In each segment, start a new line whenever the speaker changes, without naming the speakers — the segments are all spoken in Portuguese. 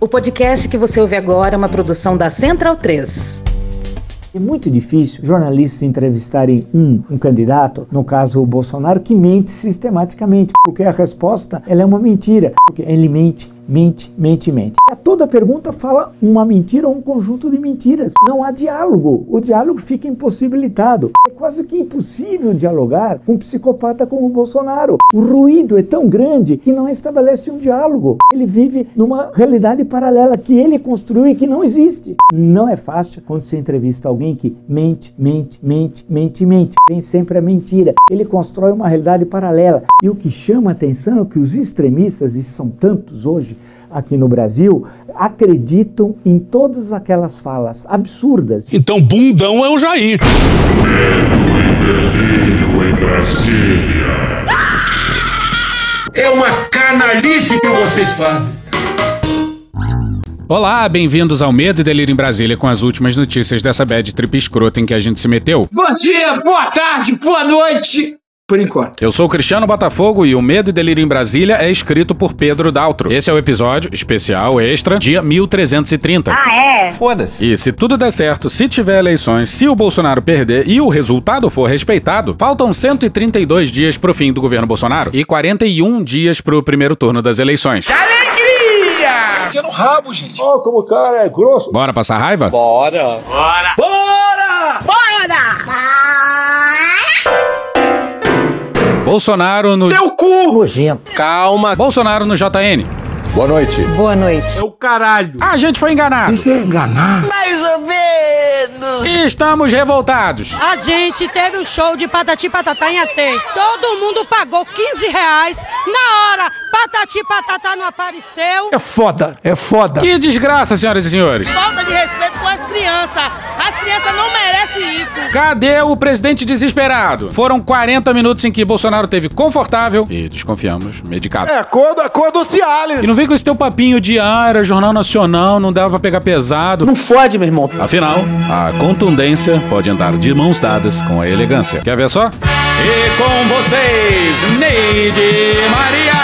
O podcast que você ouve agora é uma produção da Central 3.
É muito difícil jornalistas entrevistarem um, um candidato, no caso o Bolsonaro, que mente sistematicamente, porque a resposta ela é uma mentira, porque ele mente, mente, mente, mente. A toda pergunta fala uma mentira ou um conjunto de mentiras. Não há diálogo, o diálogo fica impossibilitado. É quase que impossível dialogar com um psicopata como o Bolsonaro. O ruído é tão grande que não estabelece um diálogo. Ele vive numa realidade paralela que ele construiu e que não existe. Não é fácil quando se entrevista alguém alguém que mente, mente, mente, mente, mente. Vem sempre a mentira. Ele constrói uma realidade paralela. E o que chama a atenção é que os extremistas, e são tantos hoje aqui no Brasil, acreditam em todas aquelas falas absurdas.
Então, bundão é o Jair.
Medo e delírio em Brasília.
É uma canalice que vocês fazem.
Olá, bem-vindos ao Medo e Delírio em Brasília com as últimas notícias dessa bad trip escrota em que a gente se meteu.
Bom dia, boa tarde, boa noite. Por enquanto.
Eu sou o Cristiano Botafogo e o Medo e Delírio em Brasília é escrito por Pedro Daltro. Esse é o episódio especial extra, dia 1330.
Ah, é?
Foda-se. E se tudo der certo, se tiver eleições, se o Bolsonaro perder e o resultado for respeitado, faltam 132 dias pro fim do governo Bolsonaro e 41 dias pro primeiro turno das eleições.
Enfia no rabo, gente.
Ó, como o cara é grosso.
Bora passar raiva?
Bora.
Bora.
Bora!
Bora! Bolsonaro no.
Teu cu!
Nojento. Calma. Bolsonaro no JN.
Boa noite.
Boa noite.
É o caralho.
A gente foi enganado.
Isso é enganar?
Mais ou menos.
E estamos revoltados.
A gente teve um show de patati patatá em Atém. Todo mundo pagou 15 reais. Na hora, patati patatá não apareceu.
É foda, é foda.
Que desgraça, senhoras e senhores.
Falta de respeito com as crianças. As crianças não merecem isso.
Cadê o presidente desesperado? Foram 40 minutos em que Bolsonaro teve confortável e, desconfiamos, medicado.
É, a cor, a cor do Cialis.
E não vem com esse teu papinho de ah, era Jornal Nacional, não dava pra pegar pesado.
Não fode, meu irmão.
Afinal, a contundência pode andar de mãos dadas com a elegância. Quer ver só? E com vocês, Neide Maria!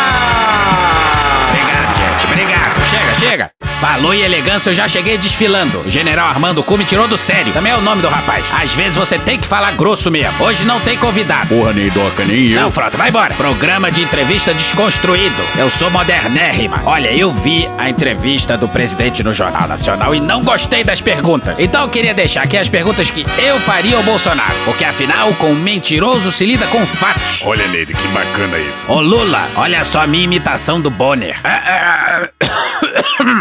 Obrigado, Ah, gente. Obrigado. Chega, chega. Valor e elegância, eu já cheguei desfilando. O general Armando Cu me tirou do sério. Também é o nome do rapaz. Às vezes você tem que falar grosso mesmo. Hoje não tem convidado.
Porra, nem doca, nem eu.
Não, Frota, vai embora. Programa de entrevista desconstruído. Eu sou modernérrima. Olha, eu vi a entrevista do presidente no Jornal Nacional e não gostei das perguntas. Então eu queria deixar aqui as perguntas que eu faria ao Bolsonaro. Porque afinal, com o mentiroso se lida com fatos.
Olha, Neide, que bacana isso.
Ô Lula, olha só a minha imitação do Bonner.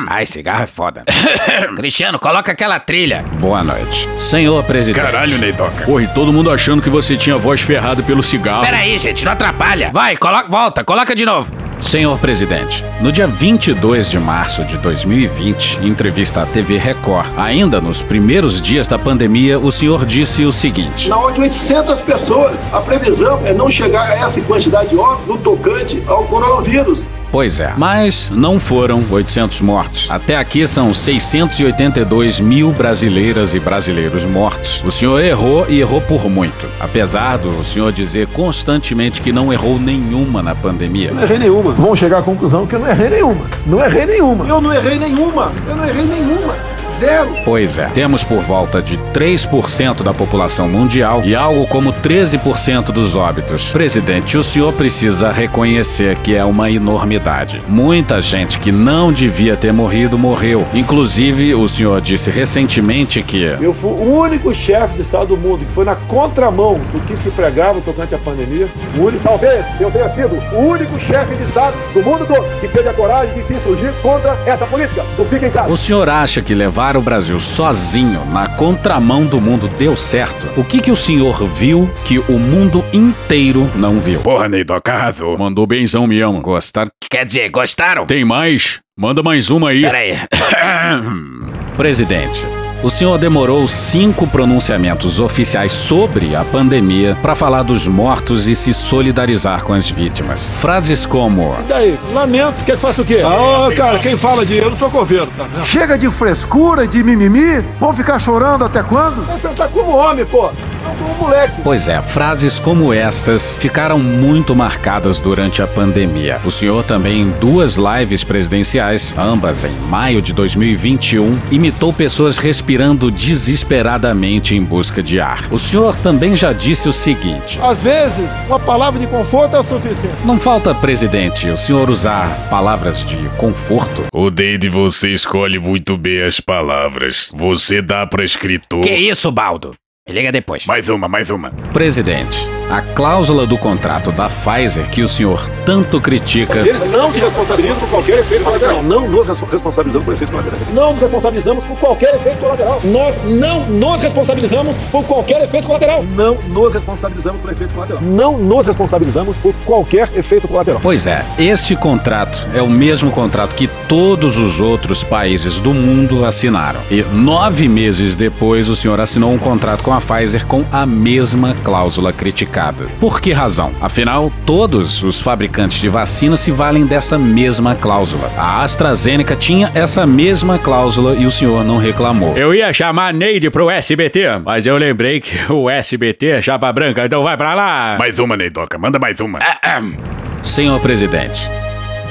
Ai, cigarro é foda. Cristiano, coloca aquela trilha.
Boa noite. Senhor presidente.
Caralho, Neidoca.
Porra, e todo mundo achando que você tinha a voz ferrada pelo cigarro.
Peraí, gente, não atrapalha. Vai, coloca, volta, coloca de novo.
Senhor presidente, no dia 22 de março de 2020, em entrevista à TV Record, ainda nos primeiros dias da pandemia, o senhor disse o seguinte:
Na ordem de 800 pessoas, a previsão é não chegar a essa quantidade de óbitos no tocante ao coronavírus.
Pois é, mas não foram 800 mortos. Até aqui são 682 mil brasileiras e brasileiros mortos. O senhor errou e errou por muito, apesar do senhor dizer constantemente que não errou nenhuma na pandemia.
Não errei nenhuma. Vão chegar à conclusão que eu não errei nenhuma. Não errei nenhuma.
Eu não errei nenhuma. Eu não errei nenhuma. Zero.
Pois é, temos por volta de 3% da população mundial e algo como 13% dos óbitos. Presidente, o senhor precisa reconhecer que é uma enormidade. Muita gente que não devia ter morrido morreu. Inclusive, o senhor disse recentemente que.
Eu fui o único chefe de Estado do mundo que foi na contramão do que se pregava tocante à pandemia. O único. Talvez eu tenha sido o único chefe de Estado do mundo todo que teve a coragem de se insurgir contra essa política. Não fica em casa.
O senhor acha que levar levar o Brasil sozinho na contramão do mundo deu certo, o que, que o senhor viu que o mundo inteiro não viu?
Porra, Neidoca arrasou.
tá Mandou benzão, mião. Gostaram?
Quer dizer, gostaram?
Tem mais? Manda mais uma aí.
Peraí.
Presidente. O senhor demorou cinco pronunciamentos oficiais sobre a pandemia para falar dos mortos e se solidarizar com as vítimas. Frases como:
E daí? Lamento, quer que faça o quê? Ah, oh, cara, quem fala de eu não sou governo, tá vendo?
Chega de frescura, de mimimi? Vão ficar chorando até quando?
Vai enfrentar tá como homem, pô!
Pois é, frases como estas ficaram muito marcadas durante a pandemia. O senhor também, em duas lives presidenciais, ambas em maio de 2021, imitou pessoas respirando desesperadamente em busca de ar. O senhor também já disse o seguinte:
Às vezes, uma palavra de conforto é o suficiente.
Não falta, presidente, o senhor usar palavras de conforto?
O Deide, você escolhe muito bem as palavras. Você dá pra escritor.
Que isso, Baldo? Me liga depois.
Mais uma, mais uma.
Presidente, a cláusula do contrato da Pfizer que o senhor tanto critica.
Eles não se responsabilizam por qualquer efeito colateral. Não nos responsabilizamos por efeito colateral. Não nos responsabilizamos por qualquer efeito colateral. Nós não nos responsabilizamos por qualquer efeito colateral. Não nos responsabilizamos por efeito colateral. Não nos responsabilizamos por qualquer efeito colateral.
Pois é, este contrato é o mesmo contrato que todos os outros países do mundo assinaram. E nove meses depois, o senhor assinou um contrato com a Pfizer com a mesma cláusula criticada. Por que razão? Afinal, todos os fabricantes de vacina se valem dessa mesma cláusula. A AstraZeneca tinha essa mesma cláusula e o senhor não reclamou.
Eu ia chamar Neide pro SBT, mas eu lembrei que o SBT é chapa branca, então vai pra
Ah.
lá.
Mais uma, Neidoca. Manda mais uma.
Senhor presidente,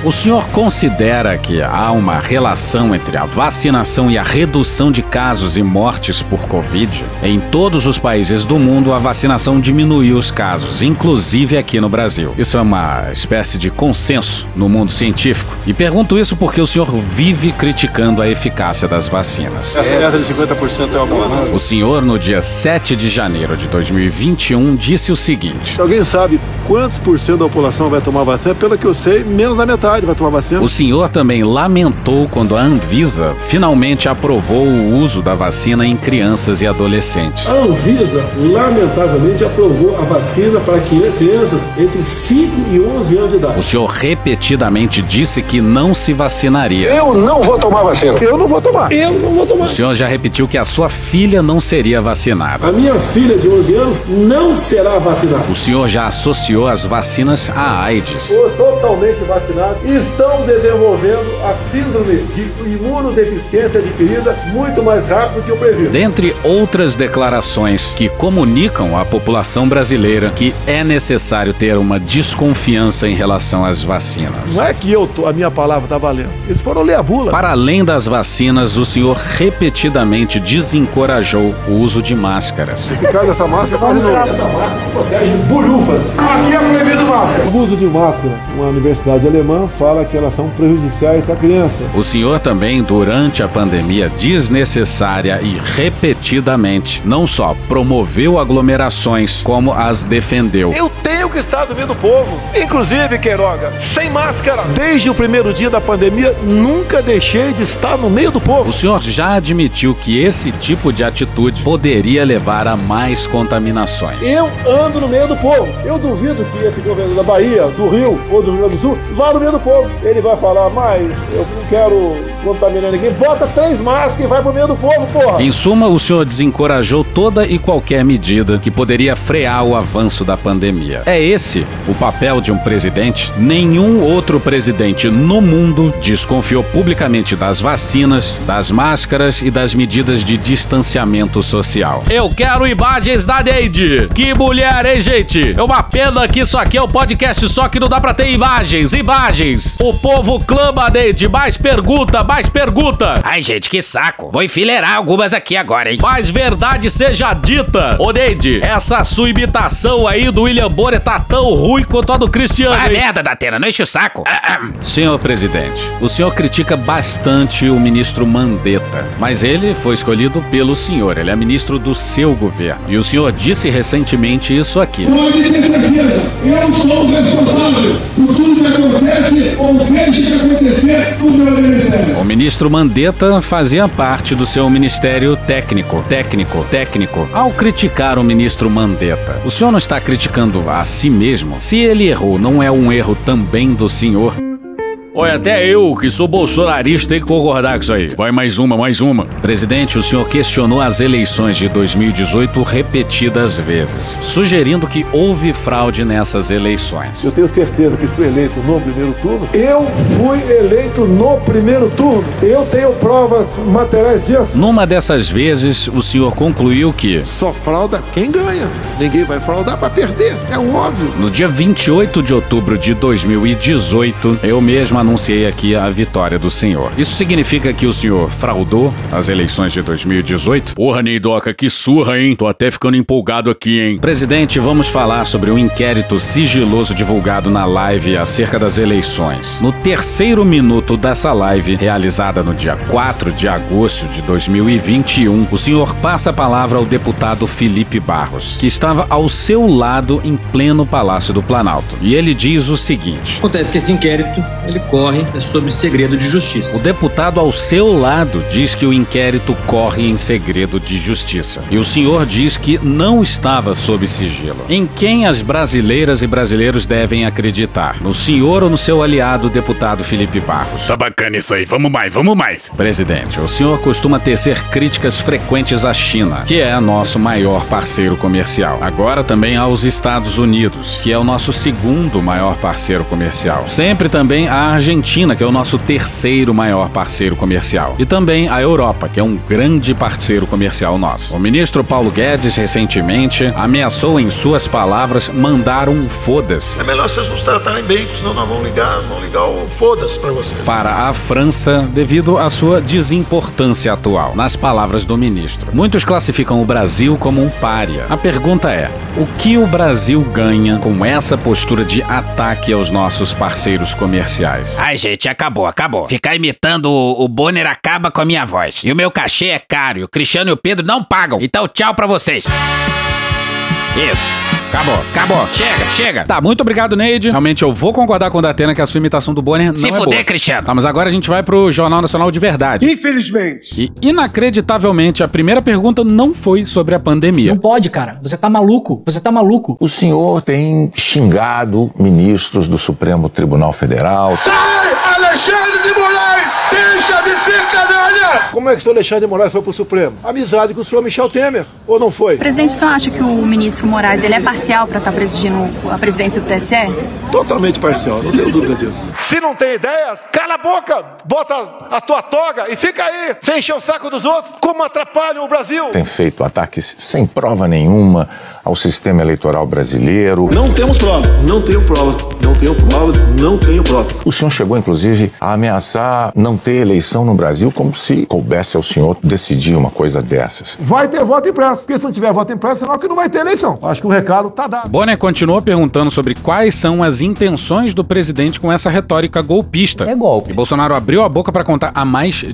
o senhor considera que há uma relação entre a vacinação e a redução de casos e mortes por Covid? Em todos os países do mundo, a vacinação diminuiu os casos, inclusive aqui no Brasil. Isso é uma espécie de consenso no mundo científico. E pergunto isso porque o senhor vive criticando a eficácia das vacinas.
Essa meta de 50% é uma boa.
O senhor, no dia 7 de janeiro de 2021, disse o seguinte:
Alguém sabe quantos por cento da população vai tomar vacina? Pelo que eu sei, menos da metade vai tomar vacina.
O senhor também lamentou quando a Anvisa finalmente aprovou o uso da vacina em crianças e adolescentes.
A Anvisa, lamentavelmente, aprovou a vacina para que- crianças entre 5 e 11 anos de idade.
O senhor repetidamente disse que não se vacinaria.
Eu não vou tomar vacina. Eu não vou tomar. Eu não vou tomar.
O senhor já repetiu que a sua filha não seria vacinada.
A minha filha de 11 anos não será vacinada.
O senhor já associou as vacinas à AIDS.
Os totalmente vacinados estão desenvolvendo a síndrome de imunodeficiência adquirida muito mais rápido que o previsto.
Dentre outras declarações que comunicam à população brasileira que é necessário ter uma desconfiança em relação às vacinas.
Não é que eu tô, a minha palavra tá valendo. Eles foram ler a bula.
Para além das vacinas, o senhor repetidamente desencorajou o uso de máscaras.
Cai dessa máscara, faz de novo.
Protege bolhufas.
Aqui é proibido máscara.
O uso de máscara, uma universidade alemã fala que elas são prejudiciais à criança.
O senhor também, durante a pandemia desnecessária e repetidamente, não só promoveu aglomerações, como as defendeu.
Eu tenho que estar do meio do povo. Inclusive, Queiroga, sem máscara. Desde o primeiro dia da pandemia, nunca deixei de estar no meio do povo.
O senhor já admitiu que esse tipo de atitude poderia levar a mais contaminações.
Eu ando no meio do povo. Eu duvido que esse governador da Bahia, do Rio ou do Rio Grande do Sul vá no meio do povo. Ele vai falar, mas eu não quero contaminar ninguém. Bota três máscaras e vai pro meio do povo, porra.
Em suma, o senhor desencorajou toda e qualquer medida que poderia frear o avanço da pandemia. É esse o papel de um presidente? Nenhum outro presidente no mundo desconfiou publicamente das vacinas, das máscaras e das medidas de distanciamento social.
Eu quero imagens da Neide. Que mulher, hein, gente? É uma pena que isso aqui é um podcast só que não dá pra ter imagens. Imagens. O povo clama, Neide. Mais pergunta, mais pergunta.
Ai, gente, que saco. Vou enfileirar algumas aqui agora, hein?
Mas verdade seja dita. Ô, Neide, essa sua imitação aí do William Bonner tá tão ruim quanto a do Cristiano,
Vai
hein?
merda, Datena, não enche o saco. Ah, ah.
Senhor presidente, o senhor critica bastante o ministro Mandetta, mas ele foi escolhido pelo senhor, ele é ministro do seu governo. E o senhor disse recentemente isso aqui.
Pode ter certeza, eu sou o responsável por tudo que acontece ou deixa de acontecer no meu ministério.
O ministro Mandetta fazia parte do seu ministério técnico, técnico, técnico. Ao criticar o ministro Mandetta, o senhor não está criticando a si mesmo? Se ele errou, não é um erro também do senhor? Olha, até eu, que sou bolsonarista, tenho que concordar com isso aí. Vai mais uma, mais uma. Presidente, o senhor questionou as eleições de 2018 repetidas vezes, sugerindo que houve fraude nessas eleições.
Eu tenho certeza que fui eleito no primeiro turno. Eu fui eleito no primeiro turno. Eu tenho provas materiais disso.
Numa dessas vezes, o senhor concluiu que
Só frauda quem ganha. Ninguém vai fraudar pra perder. É óbvio.
No dia 28 de outubro de 2018, eu mesmo anunciei aqui a vitória do senhor. Isso significa que o senhor fraudou as eleições de 2018? Porra, Neidoca, que surra, hein? Tô até ficando empolgado aqui, hein? Presidente, vamos falar sobre um inquérito sigiloso divulgado na live acerca das eleições. No terceiro minuto dessa live, realizada no dia 4 de agosto de 2021, o senhor passa a palavra ao deputado Felipe Barros, que estava ao seu lado em pleno Palácio do Planalto. E ele diz o seguinte:
Acontece que esse inquérito ele corre sob segredo de justiça.
O deputado ao seu lado diz que o inquérito corre em segredo de justiça. E o senhor diz que não estava sob sigilo. Em quem as brasileiras e brasileiros devem acreditar? No senhor ou no seu aliado, deputado Felipe Barros?
Tá bacana isso aí, vamos mais, vamos mais.
Presidente, o senhor costuma tecer críticas frequentes à China, que é nosso maior parceiro comercial. Agora também aos Estados Unidos, que é o nosso segundo maior parceiro comercial. Sempre também à Argentina, que é o nosso terceiro maior parceiro comercial. E também à Europa, que é um grande parceiro comercial nosso. O ministro Paulo Guedes, recentemente, ameaçou, em suas palavras, mandar um foda-se
É melhor vocês nos tratarem bem, porque senão nós vamos ligar, vamos ligar o foda-se pra vocês.
para a França devido à sua desimportância atual, nas palavras do ministro. Muitos classificam o Brasil como um pária. A pergunta é: o que o Brasil ganha com essa postura de ataque aos nossos parceiros comerciais?
Ai, gente, acabou, acabou. Ficar imitando o, o Bonner acaba com a minha voz. E o meu cachê é caro, e o Cristiano e o Pedro não pagam. Então tchau pra vocês. Isso. Acabou, acabou. Chega, chega.
Tá, muito obrigado, Neide. Realmente eu vou concordar com o Datena que a sua imitação do Bonner não
Se
é
fuder,
boa.
Cristiano.
Tá, mas agora a gente vai pro Jornal Nacional de Verdade.
Infelizmente.
E, inacreditavelmente, a primeira pergunta não foi sobre a pandemia.
pode, cara. Você tá maluco. Você tá maluco.
O senhor tem xingado ministros do Supremo Tribunal Federal.
Sai, Alexandre de Moraes! Deixa de ser canalha!
Como é que o senhor Alexandre de Moraes foi pro Supremo? Amizade com o senhor Michel Temer, ou não foi?
Presidente, o senhor acha que o ministro Moraes ele é parcial para estar presidindo a presidência do TSE?
Totalmente parcial, não tenho dúvida disso.
Se não tem ideias, cala a boca, bota a tua toga e fica aí, sem encher o saco dos outros, como atrapalham o Brasil.
Tem feito ataques sem prova nenhuma ao sistema eleitoral brasileiro.
Não temos prova. Não tenho prova. Não tenho prova. Não tenho prova.
O senhor chegou, inclusive, a ameaçar não ter eleição no Brasil, como se coubesse ao senhor decidir uma coisa dessas.
Vai ter voto impresso, porque se não tiver voto impresso, senão que não vai ter eleição. Acho que o recado tá dado.
Bonner continuou perguntando sobre quais são as intenções do presidente com essa retórica golpista. É golpe. E Bolsonaro abriu a boca pra contar a mais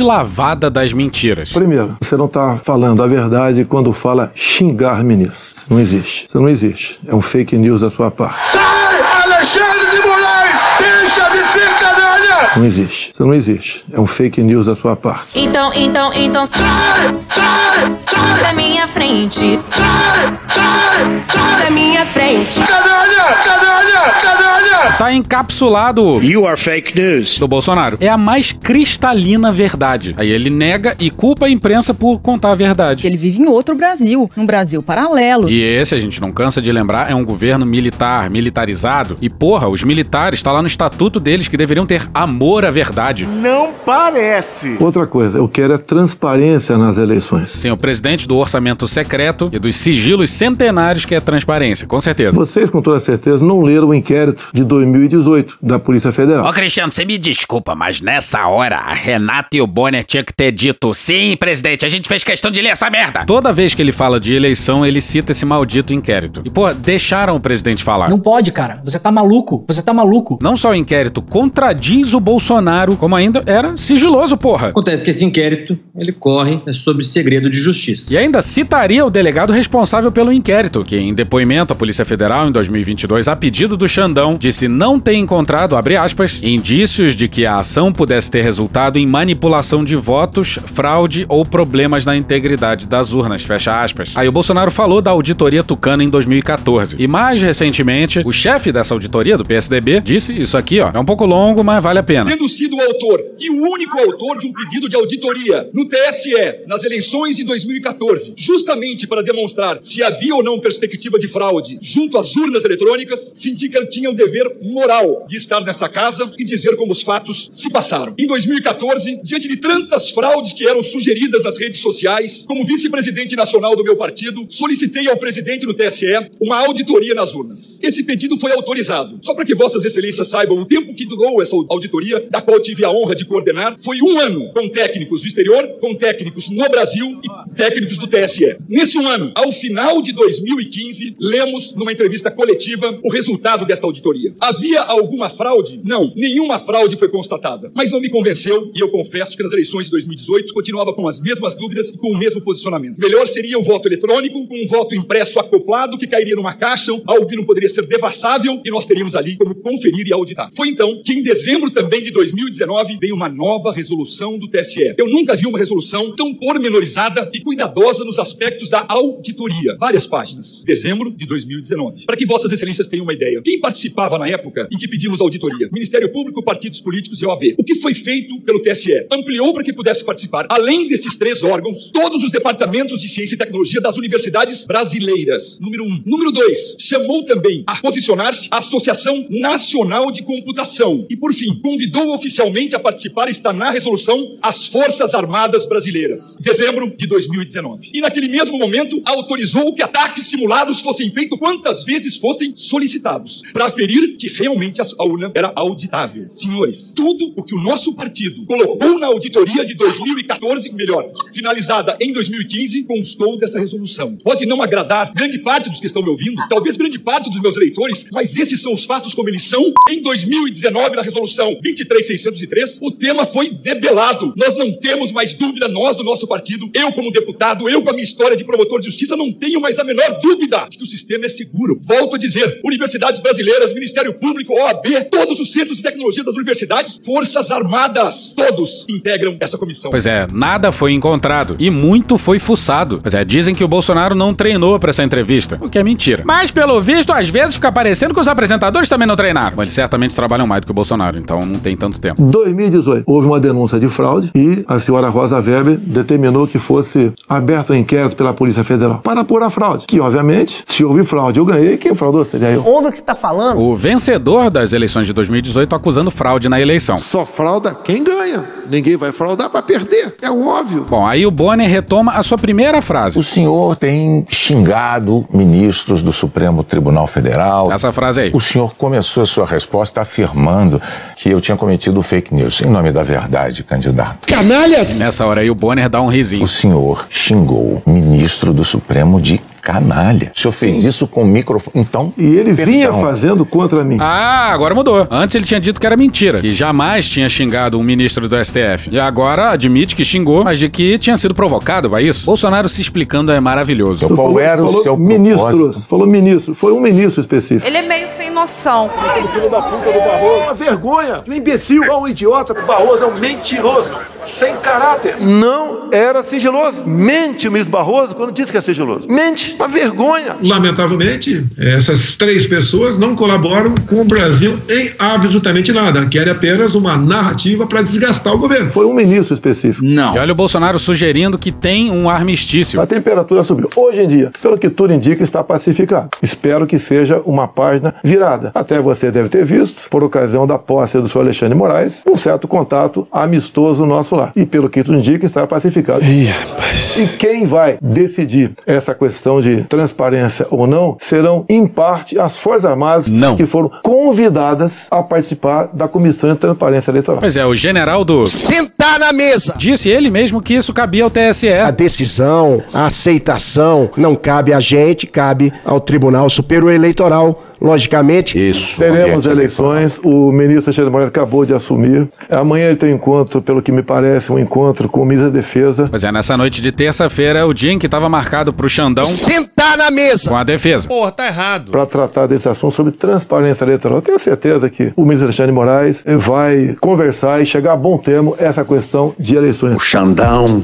deslavada das mentiras.
Primeiro, você não está falando a verdade quando fala xingar ministros. Não existe. Isso não existe. É um fake news da sua parte.
Sai, Alexandre de Moraes! Deixa de ser canalha!
Não existe. Isso não existe. É um fake news da sua parte.
Então, então, então sai, sai, sai da minha frente. Sai, sai, sai da minha frente.
Canalha, canalha, canalha!
Tá encapsulado. You are fake news. Do Bolsonaro. É a mais cristalina verdade. Aí ele nega e culpa a imprensa por contar a verdade.
Ele vive em outro Brasil, num Brasil paralelo.
E esse, a gente não cansa de lembrar, é um governo militar, militarizado. E porra, os militares, tá lá no estatuto deles que deveriam ter amor à verdade.
Não parece.
Outra coisa, eu quero é transparência nas eleições.
Sim, o presidente do orçamento secreto e dos sigilos centenários que é transparência, com certeza.
Vocês, com toda certeza, não leram o inquérito de 2018 da Polícia Federal.
Ô, Cristiano, você me desculpa, mas nessa hora a Renata e o Bonner tinha que ter dito sim, presidente, a gente fez questão de ler essa merda.
Toda vez que ele fala de eleição, ele cita esse maldito inquérito. E, pô, deixaram o presidente falar.
Não pode, cara. Você tá maluco. Você tá maluco.
Não só o inquérito contradiz o Bolsonaro, como ainda era sigiloso, porra.
Acontece que esse inquérito ele corre sob segredo de justiça.
E ainda citaria o delegado responsável pelo inquérito, que em depoimento à Polícia Federal em 2022, a pedido do Xandão, disse disse não ter encontrado, abre aspas, indícios de que a ação pudesse ter resultado em manipulação de votos, fraude ou problemas na integridade das urnas, fecha aspas. Aí o Bolsonaro falou da auditoria tucana em 2014. E mais recentemente, o chefe dessa auditoria do PSDB disse isso aqui, ó. É um pouco longo, mas vale a pena.
Tendo sido o autor e o único autor de um pedido de auditoria no TSE nas eleições de 2014, justamente para demonstrar se havia ou não perspectiva de fraude junto às urnas eletrônicas, senti que eu tinha o dever moral de estar nessa casa e dizer como os fatos se passaram. Em 2014, diante de tantas fraudes que eram sugeridas nas redes sociais, como vice-presidente nacional do meu partido, solicitei ao presidente do TSE uma auditoria nas urnas. Esse pedido foi autorizado. Só para que vossas excelências saibam, o tempo que durou essa auditoria, da qual tive a honra de coordenar, foi um ano com técnicos do exterior, com técnicos no Brasil e técnicos do TSE. Nesse um ano, ao final de 2015, lemos numa entrevista coletiva o resultado desta auditoria. Havia alguma fraude? Não, nenhuma fraude foi constatada. Mas não me convenceu e eu confesso que nas eleições de 2018 continuava com as mesmas dúvidas e com o mesmo posicionamento. Melhor seria o voto eletrônico, com um voto impresso acoplado que cairia numa caixa, algo que não poderia ser devassável e nós teríamos ali como conferir e auditar. Foi então que em dezembro também de 2019 veio uma nova resolução do TSE. Eu nunca vi uma resolução tão pormenorizada e cuidadosa nos aspectos da auditoria. Várias páginas. Dezembro de 2019. Para que vossas excelências tenham uma ideia. Quem participava na época em que pedimos auditoria? Ministério Público, partidos políticos e OAB. O que foi feito pelo TSE? Ampliou para que pudesse participar, além destes três órgãos, todos os departamentos de ciência e tecnologia das universidades brasileiras. Número um. Número dois. Chamou também a posicionar-se a Associação Nacional de Computação. E por fim, convidou oficialmente a participar e está na resolução as Forças Armadas Brasileiras. Dezembro de 2019. E naquele mesmo momento autorizou que ataques simulados fossem feitos quantas vezes fossem solicitados para aferir que realmente a a urna era auditável. Senhores, tudo o que o nosso partido colocou na auditoria de 2014, melhor, finalizada em 2015, constou dessa resolução. Pode não agradar grande parte dos que estão me ouvindo, talvez grande parte dos meus eleitores, mas esses são os fatos como eles são. Em 2019, na resolução 23603, o tema foi debelado. Nós não temos mais dúvida, nós do nosso partido, eu como deputado, eu com a minha história de promotor de justiça, não tenho mais a menor dúvida de que o sistema é seguro. Volto a dizer, universidades brasileiras, Ministério Público, OAB, todos os centros de tecnologia das universidades, Forças Armadas, todos integram essa comissão.
Pois é, nada foi encontrado e muito foi fuçado. Pois é, dizem que o Bolsonaro não treinou pra essa entrevista, o que é mentira. Mas pelo visto, às vezes fica parecendo que os apresentadores também não treinaram. Mas eles certamente trabalham mais do que o Bolsonaro, então não tem tanto tempo.
2018, houve uma denúncia de fraude e a senhora Rosa Weber determinou que fosse aberto um inquérito pela Polícia Federal para apurar fraude. Que, obviamente, se houve fraude, eu ganhei, quem fraudou seria eu.
Ouve o que tá falando. O vencedor das eleições de 2018 acusando fraude na eleição.
Só frauda quem ganha. Ninguém vai fraudar para perder. É óbvio.
Bom, aí o Bonner retoma a sua primeira frase.
O senhor tem xingado ministros do Supremo Tribunal Federal.
Essa frase aí.
O senhor começou a sua resposta afirmando que eu tinha cometido fake news. Em nome da verdade, candidato.
Canalhas! Nessa hora aí o Bonner dá um risinho.
O senhor xingou o ministro do Supremo de canalha. O senhor fez isso com o microfone. Então.
E ele vinha
perdão.
fazendo contra mim.
Ah, agora mudou. Antes ele tinha dito que era mentira, que jamais tinha xingado um ministro do STF. E agora admite que xingou, mas de que tinha sido provocado a isso. Bolsonaro se explicando é maravilhoso.
Qual
Falou-
era o
falou
seu
ministros,
propósito?
falou ministro, foi um ministro específico.
Ele é meio sem noção.
Uma vergonha, um imbecil, um idiota. O Barroso é um mentiroso, sem caráter. Não era sigiloso. Mente o ministro Barroso quando disse que é sigiloso. Mente, uma vergonha.
Lamentavelmente, essas três pessoas não colaboram com o Brasil em absolutamente nada. Querem apenas uma narrativa para desgastar o governo.
Foi um ministro específico.
E olha o Bolsonaro sugerindo que tem um armistício.
A temperatura subiu. Hoje em dia, pelo que tudo indica, está pacificado. Espero que seja uma página virada. Até você deve ter visto, por ocasião da posse do senhor Alexandre Moraes, um certo contato amistoso nosso lá. E pelo que tudo indica, está pacificado. E quem vai decidir essa questão de transparência ou não serão, em parte, as Forças Armadas que foram convidadas a participar da Comissão de Transparência Eleitoral.
Pois é, o general do. Sentar na mesa! Disse ele mesmo que isso cabia ao TSE.
A decisão, a aceitação não cabe a gente, cabe ao Tribunal Superior Eleitoral
logicamente.
é
Isso.
Teremos eleições. O ministro Alexandre Moraes acabou de assumir. Amanhã ele tem um encontro, pelo que me parece, um encontro com o ministro da Defesa.
Pois é, nessa noite de terça-feira é o dia em que estava marcado pro Xandão
Sentar na mesa!
com a defesa.
Porra, tá errado. Para tratar desse assunto sobre transparência eleitoral. Eu tenho certeza que o ministro Alexandre de Moraes eh, vai conversar e chegar a bom termo essa questão de eleições. O Xandão.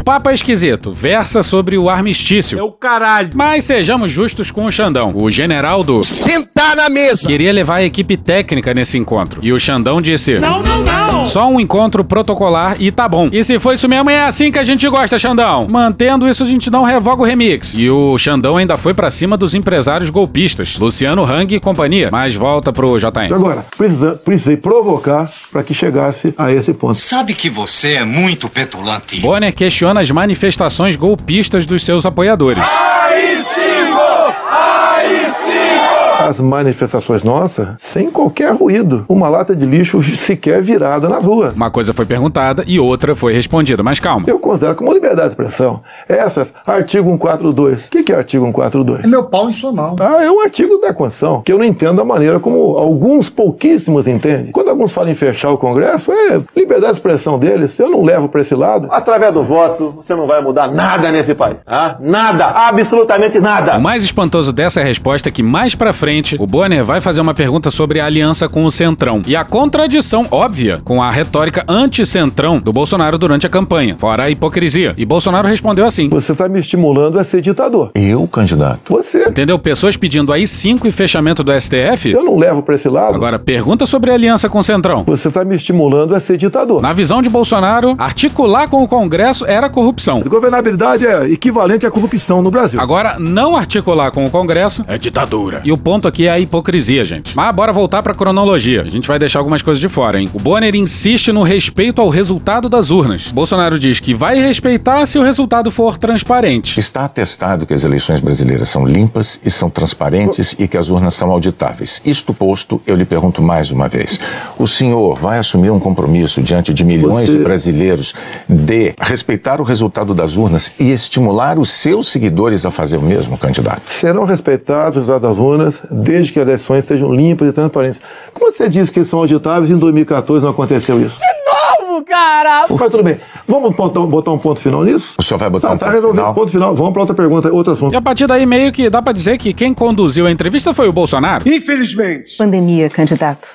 O Papa Esquisito versa sobre o armistício. É o caralho. Mas sejamos justos com o Xandão. O general do Sentar na mesa queria levar a equipe técnica nesse encontro. E o Xandão disse: Não, não, não. Só um encontro protocolar e tá bom. E se foi isso mesmo, é assim que a gente gosta, Xandão. Mantendo isso, a gente não revoga o remix. E o Xandão ainda foi pra cima dos empresários golpistas, Luciano Hang e companhia. Mas volta pro JM.
Então Agora, precisa- precisei provocar para que chegasse a esse ponto.
Sabe que você é muito petulante.
Bonner questiona as manifestações golpistas dos seus apoiadores.
Aí sigo! Aí sigo!
As manifestações nossas, sem qualquer ruído. Uma lata de lixo sequer virada nas ruas.
Uma coisa foi perguntada e outra foi respondida, mas calma.
Eu considero como liberdade de expressão. Essas, artigo 142. O que que é artigo 142? É meu pau em sua mão. Ah, é um artigo da Constituição, que eu não entendo a maneira como alguns pouquíssimos entendem. Quando alguns falam em fechar o Congresso, é liberdade de expressão deles, eu não levo para esse lado. Através do voto, você não vai mudar nada nesse país. Ah? Nada, absolutamente nada.
O mais espantoso dessa resposta é que mais pra frente o Bonner vai fazer uma pergunta sobre a aliança com o Centrão e a contradição óbvia com a retórica anti-Centrão do Bolsonaro durante a campanha, fora a hipocrisia. E Bolsonaro respondeu assim:
Você está me estimulando a ser ditador.
Eu, candidato?
Você.
Entendeu? Pessoas pedindo aí 5 e fechamento do STF.
Eu não levo pra esse lado.
Agora, pergunta sobre a aliança com o Centrão.
Você está me estimulando a ser ditador.
Na visão de Bolsonaro, articular com o Congresso era corrupção.
Governabilidade é equivalente à corrupção no Brasil.
Agora, não articular com o Congresso é ditadura. E o ponto aqui é a hipocrisia, gente. Mas bora voltar pra cronologia. A gente vai deixar algumas coisas de fora, hein? O Bonner insiste no respeito ao resultado das urnas. Bolsonaro diz que vai respeitar se o resultado for transparente.
Está atestado que as eleições brasileiras são limpas e são transparentes e que as urnas são auditáveis. Isto posto, eu lhe pergunto mais uma vez: o senhor vai assumir um compromisso diante de milhões
Você-
de brasileiros de respeitar o resultado das urnas e estimular os seus seguidores a fazer o mesmo, candidato?
Serão respeitados os dados das urnas desde que as eleições sejam limpas e transparentes. Como você diz que são auditáveis e em 2014 não aconteceu isso?
De novo,
Ah,
cara!
Mas tudo bem. Vamos botar um, botar um ponto final nisso?
O senhor vai botar
Não,
um
tá
ponto
resolvido.
final?
Ponto final. Vamos para outra pergunta, outro assunto.
E a partir daí, meio que dá pra dizer que quem conduziu a entrevista foi o Bolsonaro.
Infelizmente.
Pandemia, candidato.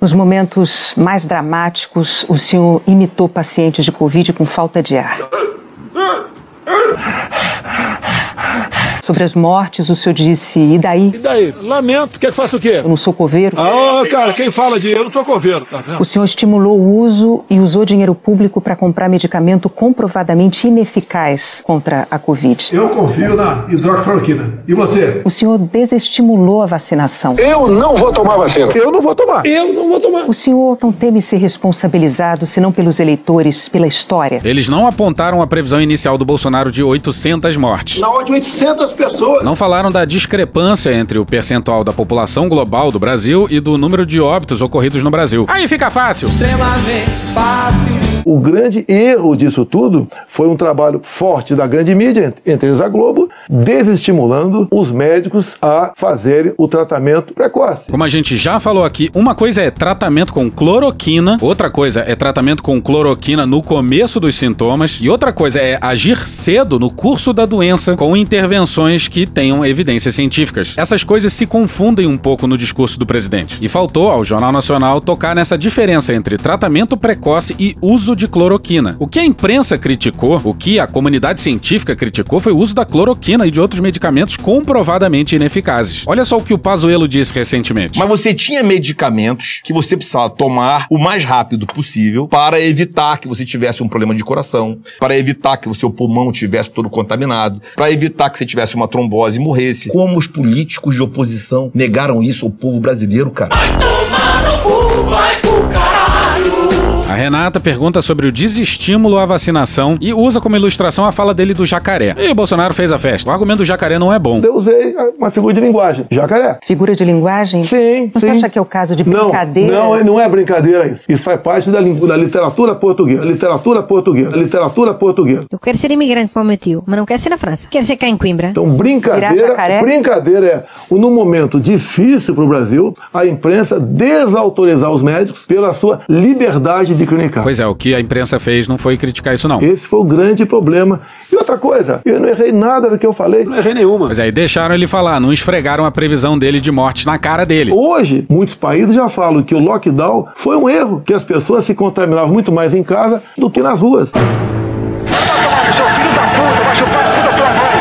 Nos momentos mais dramáticos, o senhor imitou pacientes de Covid com falta de ar. Sobre as mortes, o senhor disse, e daí?
E daí? Lamento. Quer que faça o quê? Eu
não sou coveiro.
Ah, cara, quem fala de eu não sou coveiro, tá vendo?
O senhor estimulou o uso e usou dinheiro público para comprar medicamento comprovadamente ineficaz contra a Covid.
Eu confio na hidroxicloroquina. E você?
O senhor desestimulou a vacinação.
Eu não vou tomar vacina.
Eu não vou tomar. Eu não vou tomar.
O senhor não teme ser responsabilizado, senão pelos eleitores, pela história?
Eles não apontaram a previsão inicial do Bolsonaro de 800 mortes.
Na onde 800 pessoas.
Não falaram da discrepância entre o percentual da população global do Brasil e do número de óbitos ocorridos no Brasil. Aí fica fácil.
Extremamente fácil.
O grande erro disso tudo foi um trabalho forte da grande mídia, entre eles a Globo, desestimulando os médicos a fazerem o tratamento precoce.
Como a gente já falou aqui, uma coisa é tratamento com cloroquina, outra coisa é tratamento com cloroquina no começo dos sintomas, e outra coisa é agir cedo no curso da doença com intervenções que tenham evidências científicas. Essas coisas se confundem um pouco no discurso do presidente. E faltou ao Jornal Nacional tocar nessa diferença entre tratamento precoce e uso de cloroquina. O que a imprensa criticou, o que a comunidade científica criticou, foi o uso da cloroquina e de outros medicamentos comprovadamente ineficazes. Olha só o que o Pazuello disse recentemente.
Mas você tinha medicamentos que você precisava tomar o mais rápido possível para evitar que você tivesse um problema de coração, para evitar que o seu pulmão tivesse todo contaminado, para evitar que você tivesse uma trombose e morresse. Como os políticos de oposição negaram isso ao povo brasileiro, cara?
Vai pro caralho!
A Renata pergunta sobre o desestímulo à vacinação e usa como ilustração a fala dele do jacaré. E Bolsonaro fez a festa. O argumento do jacaré não é bom.
Eu usei uma figura de linguagem, jacaré.
Figura de linguagem?
Sim,
Você
sim.
acha que é o caso de
Não,
brincadeira?
não, é- não é brincadeira isso. Isso faz parte da, lin- da literatura portuguesa. Literatura portuguesa. Literatura portuguesa.
Eu quero ser imigrante como meu tio, mas não quero ser na França. Quero ser cá em Coimbra.
Então,
Virar
brincadeira,
jacaré?
brincadeira é, o- num momento difícil para o Brasil, a imprensa desautorizar os médicos pela sua liberdade de clinicar.
Pois é, o que a imprensa fez não foi criticar isso, não.
Esse foi o grande problema. E outra coisa, eu não errei nada do que eu falei, não errei nenhuma.
Pois é, e deixaram ele falar, não esfregaram a previsão dele de morte na cara dele.
Hoje, muitos países já falam que o lockdown foi um erro, que as pessoas se contaminavam muito mais em casa do que nas ruas.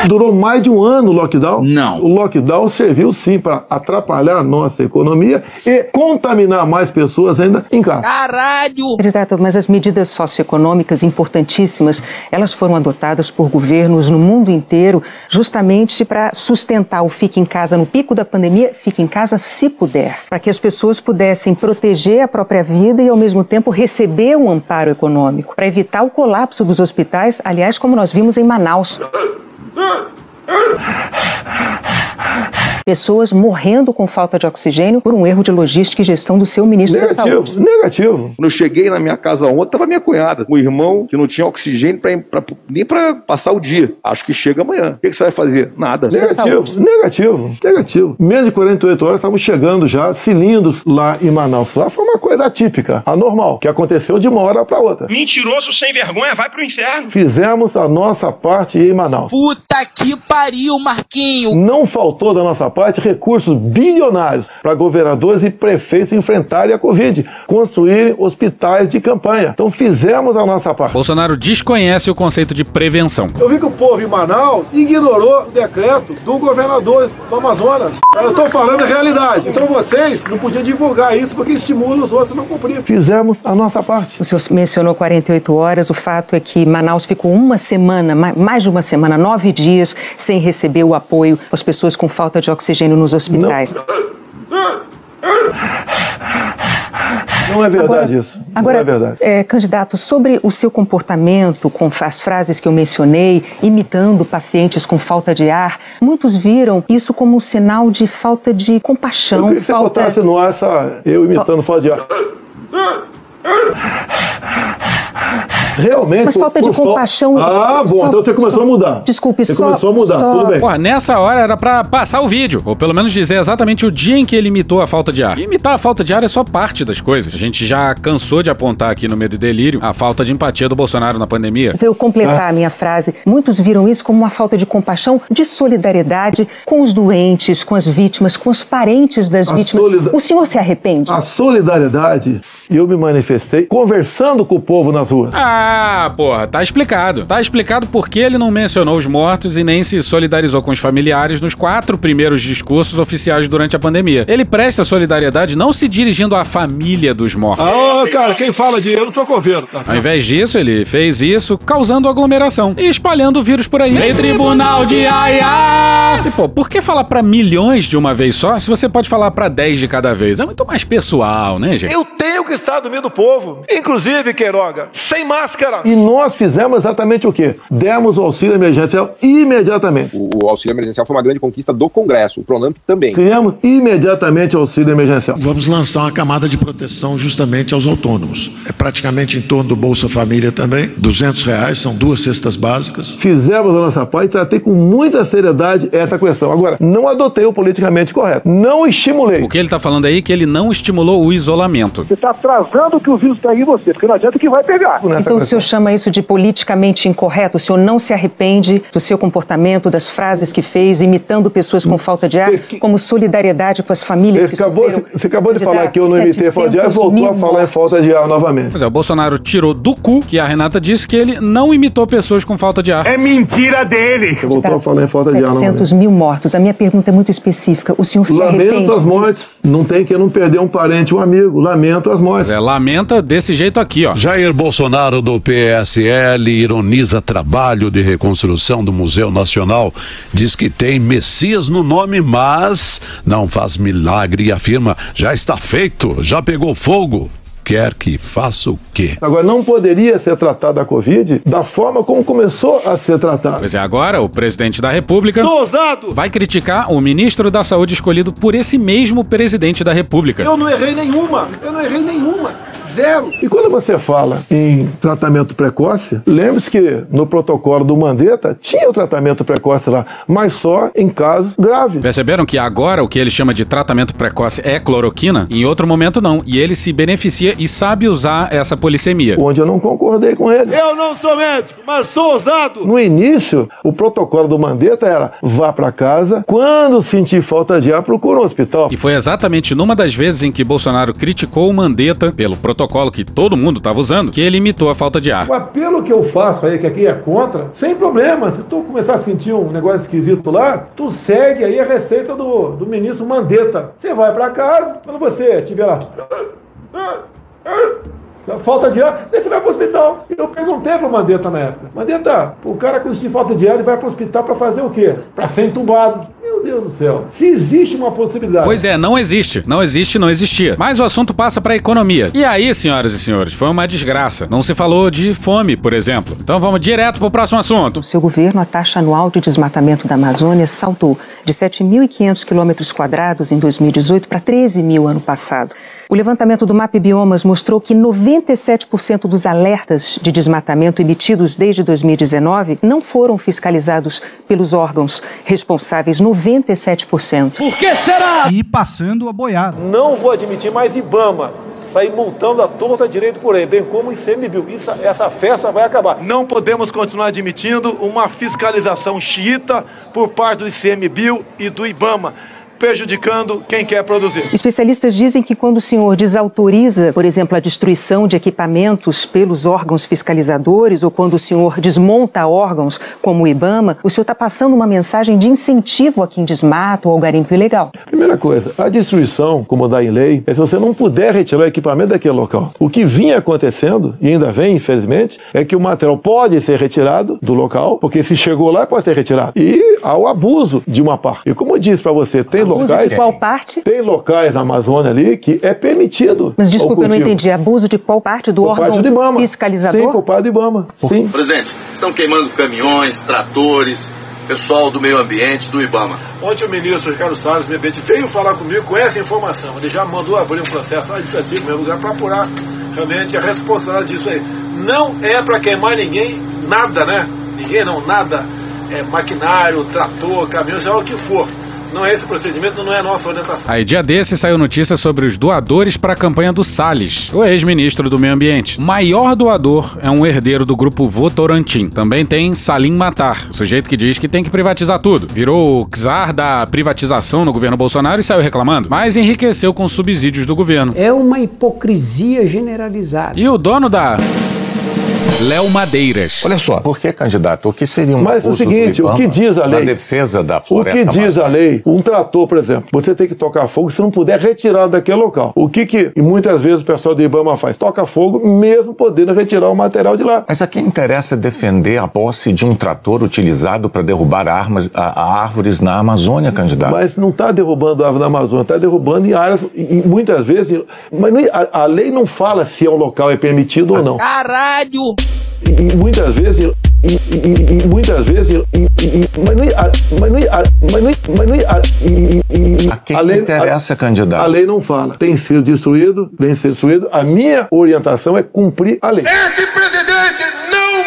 Durou mais de um ano o lockdown? Não. O lockdown serviu sim para atrapalhar a nossa economia e contaminar mais pessoas ainda em
Ah,
casa.
Caralho! Candidato, mas as medidas socioeconômicas importantíssimas, elas foram adotadas por governos no mundo inteiro justamente para sustentar o fique em casa no pico da pandemia, fique em casa se puder, para que as pessoas pudessem proteger a própria vida e ao mesmo tempo receber um amparo econômico, para evitar o colapso dos hospitais, aliás, como nós vimos em Manaus. Pessoas morrendo com falta de oxigênio por um erro de logística e gestão do seu ministro da Saúde.
Negativo, negativo.
né, Quando eu cheguei na minha casa ontem, tava minha cunhada, um irmão que não tinha oxigênio pra, pra- nem pra passar o dia. Acho que chega amanhã. O que, que você vai fazer? Nada.
Negativo, negativo, negativo. Menos de 48 horas estavam chegando já cilindros lá em Manaus. Lá foi uma coisa atípica, anormal, que aconteceu de uma hora para outra.
Mentiroso sem vergonha, vai pro inferno.
Fizemos a nossa parte em Manaus.
Puta que pariu, Marquinho.
Não faltou da nossa parte recursos bilionários para governadores e prefeitos enfrentarem a Covid, construírem hospitais de campanha. Então fizemos a nossa parte.
Bolsonaro desconhece o conceito de prevenção.
Eu vi que o povo em Manaus ignorou o decreto do governador do Amazonas. Eu estou falando a realidade. Então vocês não podiam divulgar isso porque estimula os outros a não cumprir. Fizemos a nossa parte.
O senhor mencionou 48 horas. O fato é que Manaus ficou uma semana, ma- mais de uma semana, nove dias, sem receber o apoio às pessoas com falta de oxigênio nos hospitais.
Não é verdade isso.
Agora,
não é verdade.
é, candidato, sobre o seu comportamento com as frases que eu mencionei, imitando pacientes com falta de ar, muitos viram isso como um sinal de falta de
Eu
compaixão.
queria que você botasse no ar essa eu imitando falta de ar. Realmente.
Mas falta de
por- por fal-
compaixão-
Ah, bom,
só-
então você começou
só-
a mudar.
Desculpe,
você
só-
começou a mudar,
só-
tudo bem.
Porra, nessa hora era pra passar o vídeo, ou pelo menos dizer exatamente o dia em que ele imitou a falta de ar. E imitar a falta de ar é só parte das coisas. A gente já cansou de apontar aqui no Medo e Delírio a falta de empatia do Bolsonaro na pandemia.
Então, eu completar
Ah.
a minha frase, muitos viram isso como uma falta de compaixão, de solidariedade com os doentes, com as vítimas, com os parentes das
A
vítimas.
solida-
O senhor se arrepende?
A solidariedade, eu me manifestei conversando com o povo nas ruas.
Ah, porra, tá explicado. Tá explicado por que ele não mencionou os mortos e nem se solidarizou com os familiares nos quatro primeiros discursos oficiais durante a pandemia. Ele presta solidariedade não se dirigindo à família dos mortos.
Ah, cara, quem fala de eu não tô convendo, cara.
Ao invés disso, ele fez isso causando aglomeração e espalhando o vírus por aí. Em tribunal de Aia! E pô, por que falar pra milhões de uma vez só se você pode falar pra 10 de cada vez? É muito mais pessoal, né, gente?
Eu tenho que estar do meio do povo. Inclusive, Queiroga, sem máscara.
E nós fizemos exatamente o quê? Demos o auxílio emergencial imediatamente.
O, o auxílio emergencial foi uma grande conquista do Congresso, o Pronamp também.
Criamos imediatamente o auxílio emergencial.
Vamos lançar uma camada de proteção justamente aos autônomos. É praticamente em torno do Bolsa Família também. 200 reais, são duas cestas básicas.
Fizemos a nossa parte, tratei com muita seriedade essa questão. Agora, não adotei o politicamente correto. Não estimulei.
O que ele tá falando aí é que ele não estimulou o isolamento.
Você está atrasando que o vírus está em você, porque não adianta que vai pegar.
Então o senhor chama isso de politicamente incorreto? O senhor não se arrepende do seu comportamento, das frases que fez, imitando pessoas com falta de ar, como solidariedade com as famílias que
Acabou,
sofreram?
você acabou de falar
Candidato,
que eu não imitei a falta de ar e
700
voltou a
mil
falar em falta de ar novamente.
Pois é, o Bolsonaro tirou do cu que a Renata disse que ele não imitou pessoas com falta de ar. É mentira dele!
Você voltou a falar em falta de ar é? novamente.
700 mil mortos. A minha pergunta é muito específica. O senhor se arrepende?
Lamento as
disso?
mortes. Não tem quem não perder um parente, um amigo. Lamento as mortes.
É, lamenta desse jeito aqui, ó.
Jair Bolsonaro do PSL ironiza trabalho de reconstrução do Museu Nacional, diz que tem Messias no nome, mas não faz milagre e afirma já está feito, já pegou fogo.
quer que faça o quê?
Agora, não poderia ser tratada a Covid da forma como começou a ser tratada.
Pois é, agora o presidente da República
Sou ousado!
vai criticar o ministro da Saúde escolhido por esse mesmo presidente da República.
Eu não errei nenhuma, eu não errei nenhuma. Zero. E quando você fala em tratamento precoce, lembre-se que no protocolo do Mandetta tinha o tratamento precoce lá, mas só em casos graves.
Perceberam que agora o que ele chama de tratamento precoce é cloroquina? Em outro momento, não. E ele se beneficia e sabe usar essa polissemia.
Onde eu não concordei com ele.
Eu não sou médico, mas sou ousado.
No início, o protocolo do Mandetta era vá para casa, quando sentir falta de ar, procura um hospital.
E foi exatamente numa das vezes em que Bolsonaro criticou o Mandetta pelo protocolo que todo mundo estava usando que ele imitou a falta de ar.
O apelo que eu faço aí, que aqui é contra, sem problema. Se tu começar a sentir um negócio esquisito lá, tu segue aí a receita do, do ministro Mandetta. Você vai pra casa, quando você tiver lá. Então, Falta de ar, você vai pro hospital. Eu perguntei pro Mandetta na época. Mandetta, o cara que sentir falta de ar, ele vai pro hospital pra fazer o quê? Pra ser entubado. Meu Deus do céu. Se existe uma possibilidade.
Pois é, não existe. Não existe, não existia. Mas o assunto passa para economia. E aí, senhoras e senhores, foi uma desgraça. Não se falou de fome, por exemplo. Então vamos direto pro próximo assunto.
Seu governo, a taxa anual de desmatamento da Amazônia saltou de 7.500 quilômetros quadrados em 2018 para 13 mil ano passado. O levantamento do MAP Biomas mostrou que 97% dos alertas de desmatamento emitidos desde 2019 não foram fiscalizados pelos órgãos responsáveis, 97%.
Por que será? E passando a boiada.
Não vou admitir mais Ibama sair montando a torta direito por aí, bem como em ICMBio. Isso, essa festa vai acabar. Não podemos continuar admitindo uma fiscalização xiita por parte do ICMBio e do Ibama prejudicando quem quer produzir.
Especialistas dizem que quando o senhor desautoriza, por exemplo, a destruição de equipamentos pelos órgãos fiscalizadores ou quando o senhor desmonta órgãos como o IBAMA, o senhor está passando uma mensagem de incentivo a quem desmata ou ao garimpo ilegal.
Primeira coisa, a destruição, como dá em lei, é se você não puder retirar o equipamento daquele local. O que vinha acontecendo, e ainda vem, infelizmente, é que o material pode ser retirado do local, porque se chegou lá, pode ser retirado. E há o abuso de uma parte. E como eu disse para você, tem
Abuso
locais.
de qual parte?
Tem locais na Amazônia ali que é permitido.
Mas desculpa,
o
eu não
cultivo.
entendi. Abuso de qual parte do
Por
órgão
parte do Ibama. Sim,
fiscalizador?
por parte do Ibama. Sim.
Presidente, estão queimando caminhões, tratores, pessoal do meio ambiente, do Ibama.
Ontem o ministro Ricardo Salles de repente veio falar comigo com essa informação. Ele já mandou abrir um processo administrativo no meu lugar para apurar realmente a responsabilidade disso aí. Não é para queimar ninguém, nada, né? Ninguém não, nada. É, maquinário, trator, caminhão, seja lá o que for. Não é esse procedimento, não é a nossa orientação.
Aí, dia desse, saiu notícia sobre os doadores para a campanha do Salles, o ex-ministro do Meio Ambiente. O maior doador é um herdeiro do grupo Votorantim. Também tem Salim Matar, o sujeito que diz que tem que privatizar tudo. Virou o czar da privatização no governo Bolsonaro e saiu reclamando, mas enriqueceu com subsídios do governo.
É uma hipocrisia generalizada.
E o dono da. Léo Madeiras.
Olha só, por que candidato? O que seria um
Mas é o
uso do
seguinte, o
IBAMA
que diz a
na
lei?
defesa da
O
floresta
que diz a
amazônica?
lei? Um trator, por exemplo, você tem que tocar fogo se não puder retirar daquele local. O que que e muitas vezes o pessoal do Ibama faz? Toca fogo mesmo podendo retirar o material de lá.
Mas a quem interessa defender a posse de um trator utilizado para derrubar armas, a- a árvores na Amazônia, candidato?
Mas não está derrubando árvore na Amazônia, está derrubando em áreas, em- em- muitas vezes. em- Mas não- a, a lei não fala se é um local é permitido ou não.
Caralho!
Em- em muitas vezes. em- em- em- em- muitas vezes. em- em- em- Mas não. a- Mas não. a- Mas não. Mas não. a- em- em- em-
A quem interessa, candidato?
A lei não fala. Tem sido destruído, vem sendo destruído. A minha orientação é cumprir a lei.
Não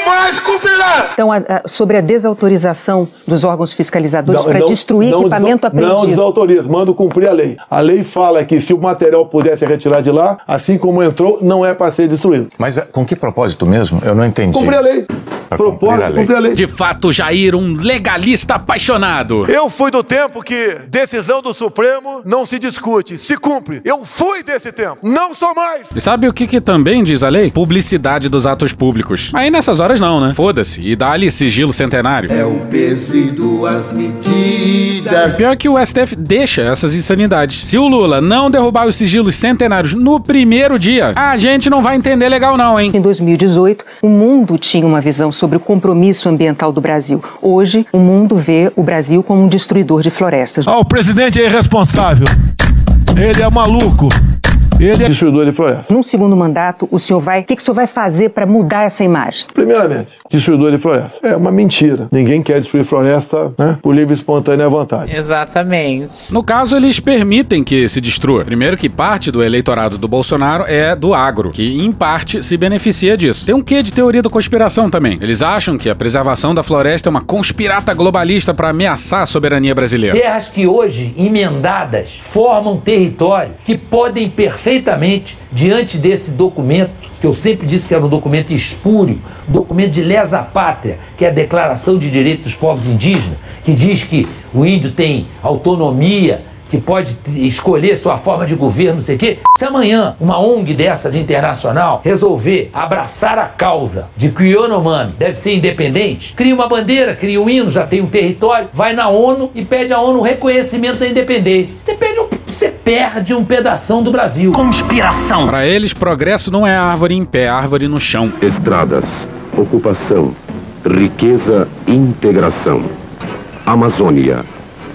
mais cumprirá!
Então, a- a- sobre a desautorização dos órgãos fiscalizadores para
Não-
destruir
não-
equipamento
não, Não
apreendido.
desautoriza, manda cumprir a lei. A lei fala que se o material pudesse retirar de lá, assim como entrou, não é para ser destruído.
Mas eh, com que propósito mesmo? Eu não entendi.
Cumprir a lei.
Pra
Propósito,
cumprir a lei.
cumprir a lei.
De fato, Jair, um legalista apaixonado.
Eu fui do tempo que decisão do Supremo não se discute, se cumpre. Eu fui desse tempo, não sou mais.
E sabe o que, que também diz a lei? Publicidade dos atos públicos. Aí nessas horas não, né? Foda-se. E dá-lhe sigilo centenário. É o
Peso e duas medidas.
Pior é que o STF deixa essas insanidades. Se o Lula não derrubar os sigilos centenários no primeiro dia, a gente não vai entender legal não, hein?
Em 2018, o mundo tinha uma visão sobre o compromisso ambiental do Brasil. Hoje, o mundo vê o Brasil como um destruidor de florestas.
O presidente é irresponsável. Ele é maluco.
Ele é destruidor de floresta.
Num segundo mandato, o senhor vai. O que, que o senhor vai fazer para mudar essa imagem?
Primeiramente, destruidor de floresta. É uma mentira. Ninguém quer destruir floresta né, por livre e espontânea vontade.
Exatamente. No caso, eles permitem que se destrua. Primeiro que parte do eleitorado do Bolsonaro é do agro, que em parte se beneficia disso. Tem um quê de teoria da conspiração também. Eles acham que a preservação da floresta é uma conspirata globalista para ameaçar a soberania brasileira.
Terras que hoje, emendadas, formam território que podem perfeitamente, diante desse documento, que eu sempre disse que era um documento espúrio, documento de lesa pátria, que é a Declaração de Direitos dos Povos Indígenas, que diz que o índio tem autonomia, que pode t- escolher sua forma de governo, não sei o quê. Se amanhã uma ONG dessas internacional resolver abraçar a causa de que o Yonomami deve ser independente, cria uma bandeira, cria um hino, já tem um território, vai na ONU e pede à ONU o reconhecimento da independência. Você perde um, você perde um pedação do Brasil. Conspiração.
Para eles, progresso não é árvore em pé, é árvore no chão.
Estradas, ocupação, riqueza, integração. Amazônia.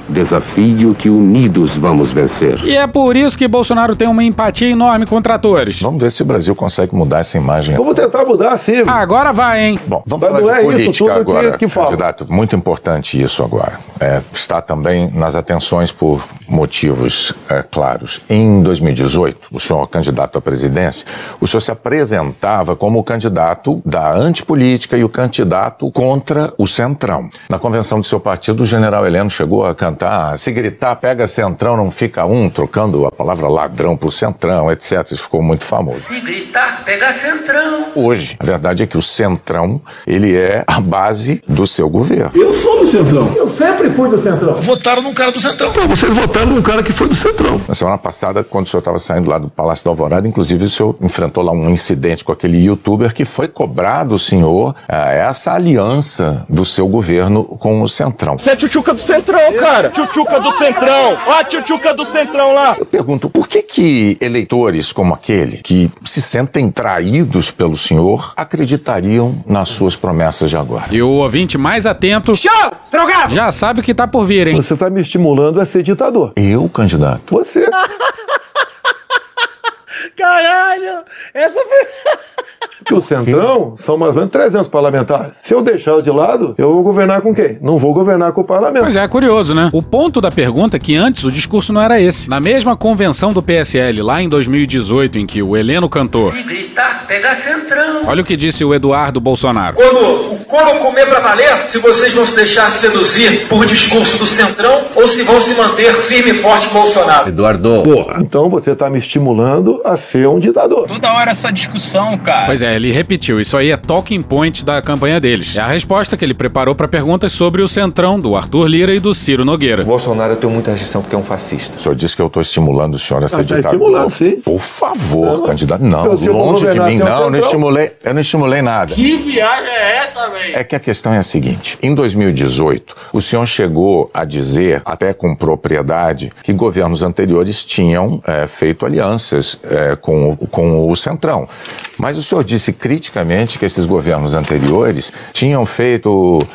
Desafio que unidos vamos vencer.
E é por isso que Bolsonaro tem uma empatia enorme com tratores.
Vamos ver se o Brasil consegue mudar essa imagem.
Vamos tentar mudar, sim.
Agora vai, hein?
Bom, vamos
Mas não
falar de
é isso tudo
política
que-
agora,
que fala.
candidato. Muito importante isso agora. É, está também nas atenções por motivos é, claros. Em 2018, o senhor candidato à presidência, o senhor se apresentava como o candidato da antipolítica e o candidato contra o Centrão. Na convenção do seu partido, o general Heleno chegou a cantar, se gritar, pega Centrão, não fica um, trocando a palavra ladrão por Centrão, etc. Isso ficou muito famoso.
Se gritar, pega centrão.
Hoje, a verdade é que o Centrão, ele é a base do seu governo.
Eu sou do Centrão. Eu sempre fui do Centrão. Votaram num cara do Centrão. Não, vocês votaram num cara que foi do Centrão.
Na semana passada, quando o senhor estava saindo lá do Palácio da Alvorada, inclusive o senhor enfrentou lá um incidente com aquele youtuber que foi cobrado o senhor ah, essa aliança do seu governo com o Centrão.
Você é tchutchuca do Centrão, cara. Tchutchuca do Centrão. Ó a tchutchuca do Centrão lá.
Eu pergunto, por que que eleitores como aquele, que se sentem traídos pelo senhor, acreditariam nas suas promessas de agora?
E o ouvinte mais atento. Show! Drogado! Já sabe o que tá por vir, hein?
Você está me estimulando a ser ditador.
Eu, candidato?
Você.
Caralho! Essa foi.
Que o Centrão são mais ou menos 300 parlamentares. Se eu deixar de lado, eu vou governar com quem? Não vou governar com o parlamento.
Pois é, curioso, né? O ponto da pergunta é que antes o discurso não era esse. Na mesma convenção do PSL, lá em 2018, em que o Heleno cantou.
gritar, pega centrão.
Olha o que disse o Eduardo Bolsonaro.
Quando o couro comer pra valer, se vocês vão se deixar seduzir por discurso do Centrão ou se vão se manter firme e forte
é.
Bolsonaro.
Eduardo. Porra. Então você está me estimulando a ser um ditador.
Toda hora essa discussão, cara.
Pois é, ele repetiu. Isso aí é talking point da campanha deles. É a resposta que ele preparou para perguntas sobre o Centrão do Arthur Lira e do Ciro Nogueira.
Bolsonaro eu tenho muita rejeição porque é um fascista.
O senhor disse que eu estou estimulando o senhor a ser
Ah, tá
ditador.
estimulando,
sim. Por favor, candidato.
Eu
Não,
estou
longe de
governando
mim.
sem o
Não, eu não
Centrão.
estimulei. Eu não estimulei nada.
viagem é essa, velho?
É que a questão é a seguinte: em 2018, o senhor chegou a dizer, até com propriedade, que governos anteriores tinham eh, feito alianças eh, com, o- com o Centrão. Mas o senhor disse criticamente que esses governos anteriores tinham feito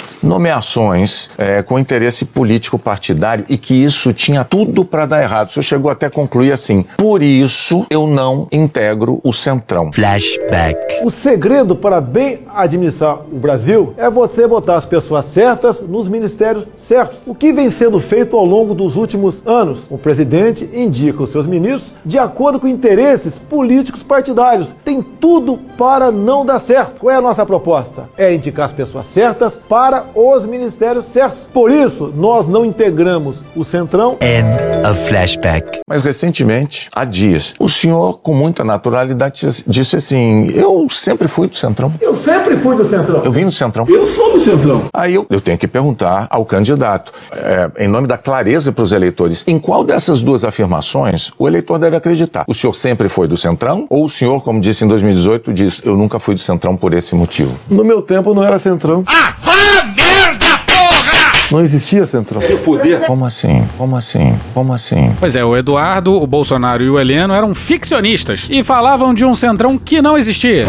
nomeações eh, com interesse político partidário e que isso tinha tudo para dar errado. O senhor chegou até a concluir assim: por isso eu não integro o Centrão. Flashback.
O segredo para bem administrar o Brasil é você botar as pessoas certas nos ministérios certos. O que vem sendo feito ao longo dos últimos anos? O presidente indica os seus ministros de acordo com interesses políticos partidários. Tem tudo para não dar certo. Qual é a nossa proposta? É indicar as pessoas certas para os ministérios certos. Por isso, nós não integramos o Centrão.
A flashback. Mas recentemente, há dias, o senhor, com muita naturalidade, disse assim: Eu sempre fui do Centrão.
Eu sempre fui do Centrão.
Eu vim do Centrão.
Eu sou do Centrão.
Aí eu, eu tenho que perguntar ao candidato, é, em nome da clareza para os eleitores, em qual dessas duas afirmações o eleitor deve acreditar? O senhor sempre foi do Centrão? Ou o senhor, como disse em 2018, diz: Eu nunca fui do Centrão por esse motivo?
No meu tempo não era Centrão. Ah, merda, porra! Não existia Centrão. Se fuder.
Como assim? Como assim? Como assim?
Pois é, o Eduardo, o Bolsonaro e o Heleno eram ficcionistas e falavam de um centrão que não existia.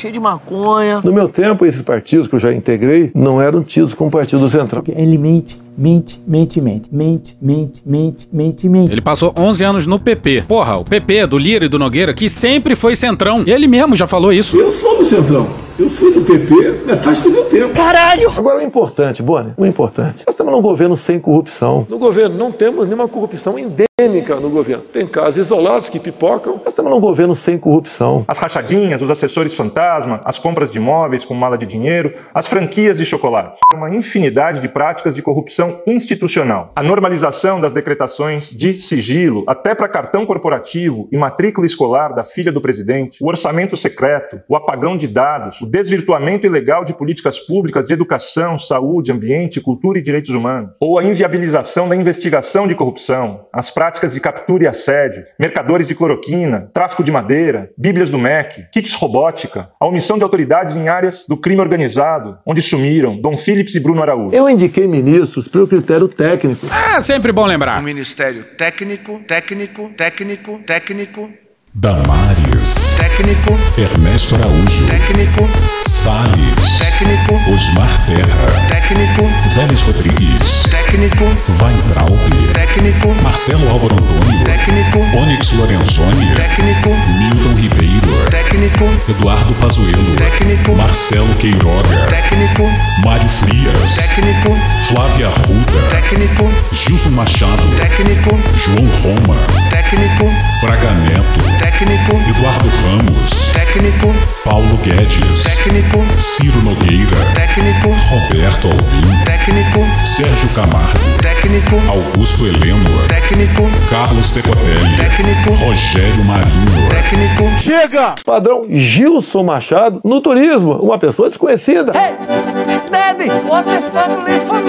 Cheio de maconha.
No meu tempo, esses partidos que eu já integrei não eram tidos como partido do Centrão.
Alimente mente, mente, mente, mente, mente, mente, mente, mente.
Ele passou 11 anos no PP. Porra, o PP do Lira e do Nogueira, que sempre foi centrão. Ele mesmo já falou isso.
Eu sou do centrão. Eu fui do PP metade do meu tempo. Caralho!
Agora o importante, Boni, o importante. Nós estamos num governo sem corrupção.
No governo não temos nenhuma corrupção endêmica no governo. Tem casos isolados que pipocam.
Nós estamos num governo sem corrupção.
As rachadinhas, os assessores fantasma, as compras de imóveis com mala de dinheiro, as franquias de chocolate. Uma infinidade de práticas de corrupção institucional. A normalização das decretações de sigilo, até para cartão corporativo e matrícula escolar da filha do presidente, o orçamento secreto, o apagão de dados, o desvirtuamento ilegal de políticas públicas de educação, saúde, ambiente, cultura e direitos humanos, ou a inviabilização da investigação de corrupção, as práticas de captura e assédio, mercadores de cloroquina, tráfico de madeira, bíblias do MEC, kits robótica, a omissão de autoridades em áreas do crime organizado, onde sumiram Dom Phillips e Bruno Araújo.
Eu indiquei ministros pelo critério técnico.
É sempre bom lembrar.
Um ministério técnico, técnico, técnico, técnico,
Damares.
Técnico.
Ernesto Araújo.
Técnico.
Salles.
Técnico.
Osmar Terra.
Técnico.
Vélez Rodrigues.
Técnico.
Weintraub.
Técnico.
Marcelo Álvaro Antônio.
Técnico.
Onyx Lorenzoni.
Técnico.
Milton Ribeiro.
Técnico.
Eduardo Pazuello.
Técnico.
Marcelo Queiroga.
Técnico.
Mário Frias.
Técnico.
Flávia Arruda.
Técnico.
Gilson Machado.
Técnico.
João Roma.
Técnico.
Braga Neto.
Técnico.
Eduardo Ramos.
Técnico.
Paulo Guedes.
Técnico.
Ciro Nogueira.
Técnico.
Roberto Alvim.
Técnico.
Sérgio Camargo.
Técnico.
Augusto Heleno.
Técnico.
Carlos Decotelli.
Técnico.
Rogério Marinho.
Técnico.
Chega! Padrão Gilson Machado no turismo, uma pessoa desconhecida.
Hey, Daddy, what the fuck live for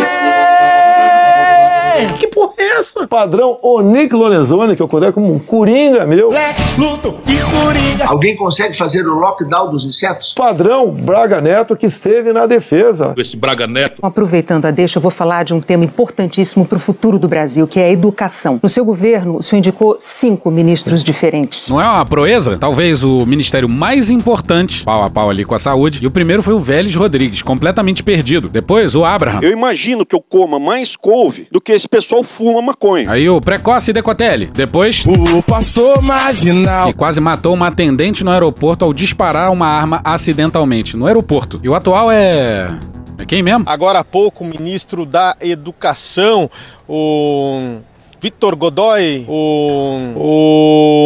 Que porra é essa? Padrão Onic Lorenzoni, que eu considero como um coringa meu.
Luto e Coringa. Alguém consegue fazer o lockdown dos insetos?
Padrão Braga Neto, que esteve na defesa.
Esse Braga Neto.
Aproveitando a deixa, eu vou falar de um tema importantíssimo para o futuro do Brasil, que é a educação. No seu governo, o senhor indicou cinco ministros diferentes.
Não é uma proeza? Talvez o ministério mais importante, pau a pau ali com a saúde. E o primeiro foi o Vélez Rodrigues, completamente perdido. Depois, o Abraham.
Eu imagino que eu coma mais couve do que esse pessoal fuma maconha.
Aí o Precoce Decotelli. Depois.
O pastor marginal.
E quase matou uma atendente no aeroporto ao disparar uma arma acidentalmente. No aeroporto. E o atual é. É quem mesmo?
Agora há pouco, o ministro da Educação, o. Vitor Godoy, o.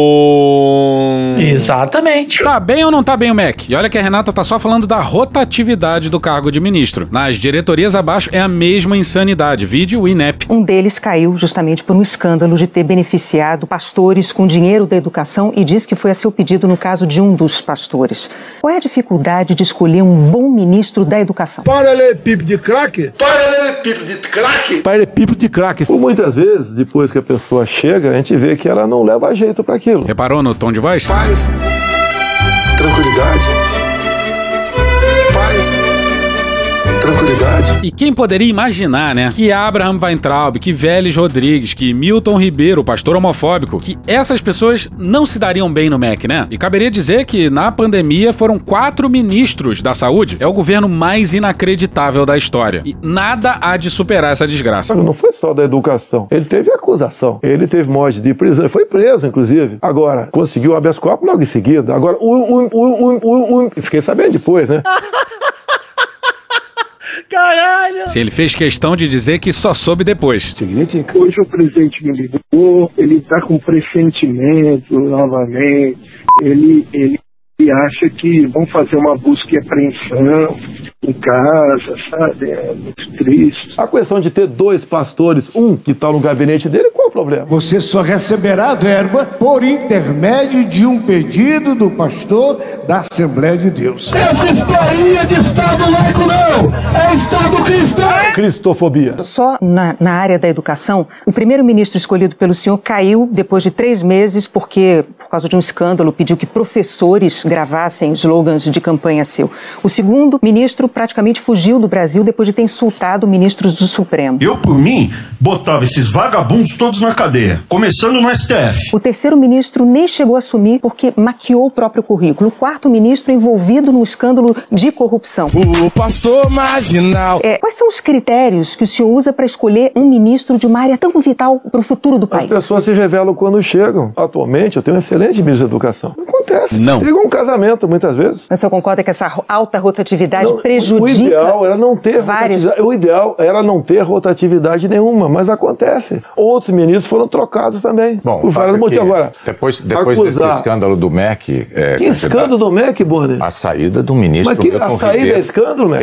O. Exatamente.
Tá bem ou não tá bem o MEC? E olha que a Renata tá só falando da rotatividade do cargo de ministro. Nas diretorias abaixo é a mesma insanidade. Vídeo o INEP.
Um deles caiu justamente por um escândalo de ter beneficiado pastores com dinheiro da educação e diz que foi a seu pedido no caso de um dos pastores. Qual é a dificuldade de escolher um bom ministro da educação?
Paralelepípedo de craque?
Paralelepípedo de craque?
Paralelepípedo de craque.
Por muitas vezes, depois que a pessoa chega, a gente vê que ela não leva jeito para aquilo.
Reparou no tom de voz?
Paz. Tranquilidade. Paz. Tranquilidade.
E quem poderia imaginar, né? Que Abraham Weintraub, que Vélez Rodrigues, que Milton Ribeiro, pastor homofóbico, que essas pessoas não se dariam bem no MEC, né? E caberia dizer que na pandemia foram quatro ministros da saúde. É o governo mais inacreditável da história. E nada há de superar essa desgraça.
Olha, não foi só da educação. Ele teve acusação. Ele teve morte de prisão. Ele foi preso, inclusive. Agora, conseguiu o habeas corpus logo em seguida. Agora, um, ui, ui, ui, ui, ui. um, Fiquei sabendo depois, né?
Caralho!
Se ele fez questão de dizer que só soube depois.
Significa? Hoje é o presidente me ligou, ele tá com pressentimento novamente, ele, ele acha que vão fazer uma busca e apreensão em casa, sabe? É muito triste.
A questão de ter dois pastores, um que tá no gabinete dele, qual é o problema?
Você só receberá a verba por intermédio de um pedido do pastor da Assembleia de Deus.
Essa historinha de Estado laico não! É Estado cristão!
Cristofobia.
Só na, na área da educação, o primeiro-ministro escolhido pelo senhor caiu depois de três meses porque, por causa de um escândalo, pediu que professores gravassem slogans de campanha seu. O segundo ministro praticamente fugiu do Brasil depois de ter insultado ministros do Supremo.
Eu, por mim,
botava esses vagabundos todos na cadeia, começando no STF.
O terceiro ministro nem chegou a assumir porque maquiou o próprio currículo. O quarto ministro envolvido num escândalo de corrupção.
O pastor marginal.
É, quais são os critérios que o senhor usa para escolher um ministro de uma área tão vital para o futuro do país?
As pessoas se revelam quando chegam. Atualmente, eu tenho um excelente ministro da Educação. Não acontece.
Não.
Chega um casamento, muitas vezes.
Mas o senhor concorda que essa ro- alta rotatividade prejudica
O ideal é- era não ter
vários?
rotatividade. O ideal era não ter rotatividade nenhuma, mas acontece. Outros ministros foram trocados também.
Bom,
por
o fato
vários
é
motivos.
que
Agora,
Depois, depois
acusar-
desse escândalo do MEC. é,
Que escândalo do MEC, Bonner?
A saída do ministro.
Mas que-
Milton
a saída
Ribeiro.
é escândalo, né?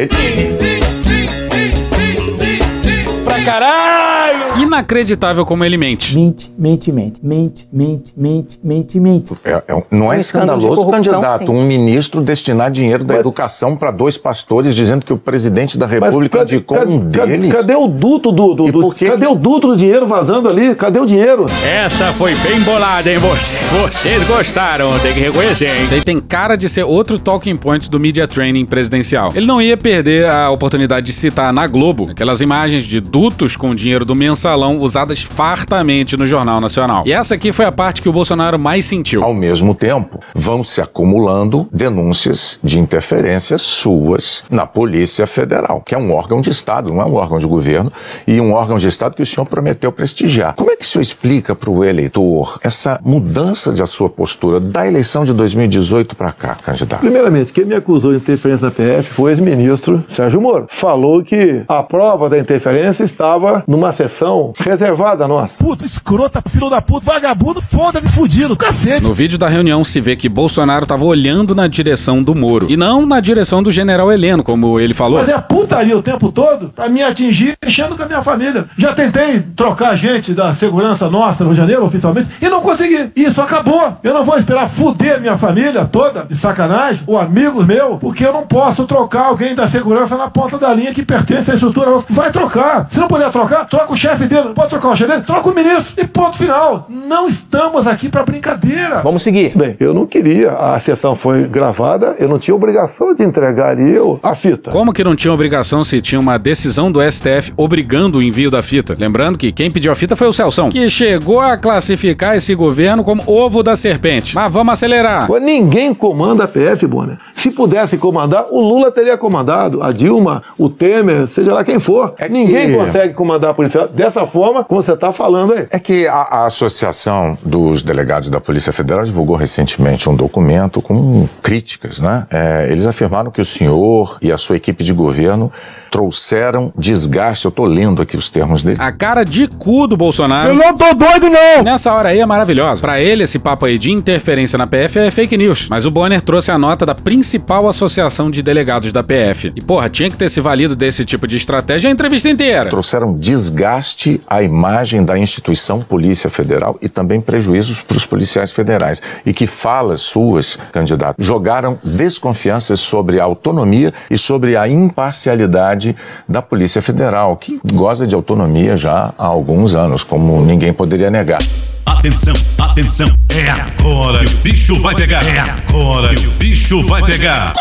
Pra caralho! Inacreditável como ele mente.
Mente, mente, mente, mente, mente, mente, mente, mente.
É- é um- não é
Um escândalo de
escandaloso
corrupção,
candidato,
sim.
um ministro destinar dinheiro da educação para dois pastores dizendo que o presidente da República indicou um deles.
Cadê o duto do, do, do- cadê o duto do dinheiro vazando ali? Cadê o dinheiro?
Essa foi bem bolada, hein? Vocês, vocês gostaram, tem que reconhecer, hein? Isso aí tem cara de ser outro talking point do media training presidencial. Ele não ia perder a oportunidade de citar na Globo aquelas imagens de dutos com dinheiro do mensalão usadas fartamente no Jornal Nacional. E essa aqui foi a parte que o Bolsonaro mais sentiu.
Ao mesmo tempo, vão se acumulando denúncias de interferências suas na Polícia Federal, que é um órgão de Estado, não é um órgão de governo, e um órgão de Estado que o senhor prometeu prestigiar. Como é que o senhor explica para o eleitor essa mudança da sua postura da eleição de 2018 para cá, candidato?
Primeiramente, quem me acusou de interferência na PF foi o ex-ministro Sérgio Moro. Falou que a prova da interferência estava numa sessão reservada nossa.
Puta, escrota, filho da puta, vagabundo, foda-se, fudido, cacete.
No vídeo da reunião se vê que Bolsonaro tava olhando na direção do Moro e não na direção do general Heleno, como ele falou.
é
Fazer é a putaria o tempo todo pra me atingir, mexendo com a minha família. Já tentei trocar gente da segurança nossa no Rio de Janeiro, oficialmente, e não consegui. Isso acabou. Eu não vou esperar fuder minha família toda, de sacanagem, ou amigos meu, porque eu não posso trocar alguém da segurança na ponta da linha que pertence à estrutura nossa. Vai trocar. Se não puder trocar, troca o chefe dele. Não Pode trocar o chefe dele, troca o ministro. E ponto final. Não estamos aqui pra brincadeira.
Vamos seguir. Bem, eu não queria. A sessão foi gravada, eu não tinha obrigação de entregar ali eu, a fita.
Como que não tinha obrigação se tinha uma decisão do STF obrigando o envio da fita? Lembrando que quem pediu a fita foi o Celção, que chegou a classificar esse governo como ovo da serpente. Mas vamos acelerar.
Agora, ninguém comanda a PF, Bonner. Se pudesse comandar, o Lula teria comandado, a Dilma, o Temer, seja lá quem for.
É
ninguém consegue comandar a polícia dessa forma como você está falando aí.
É que a, a Associação dos Delegados da Polícia Federal divulgou recentemente um documento com críticas, né? É, eles afirmaram que o senhor e a sua equipe de governo trouxeram desgaste. Eu tô lendo aqui os termos dele.
A cara de cu do Bolsonaro.
Eu
não tô doido, não! Nessa hora aí é maravilhosa. Pra ele, esse papo aí de interferência na PF é fake news. Mas o Bonner trouxe a nota da principal associação de delegados da PF. E porra, tinha que ter se valido desse tipo de estratégia a entrevista inteira.
Trouxeram desgaste à imagem da instituição Polícia Federal e também prejuízos para os policiais federais. E que falas suas, candidato, jogaram desconfianças sobre a autonomia e sobre a imparcialidade da Polícia Federal, que goza de autonomia já há alguns anos, como ninguém poderia negar.
Atenção, atenção. É agora que o bicho vai pegar. É agora que o bicho vai pegar.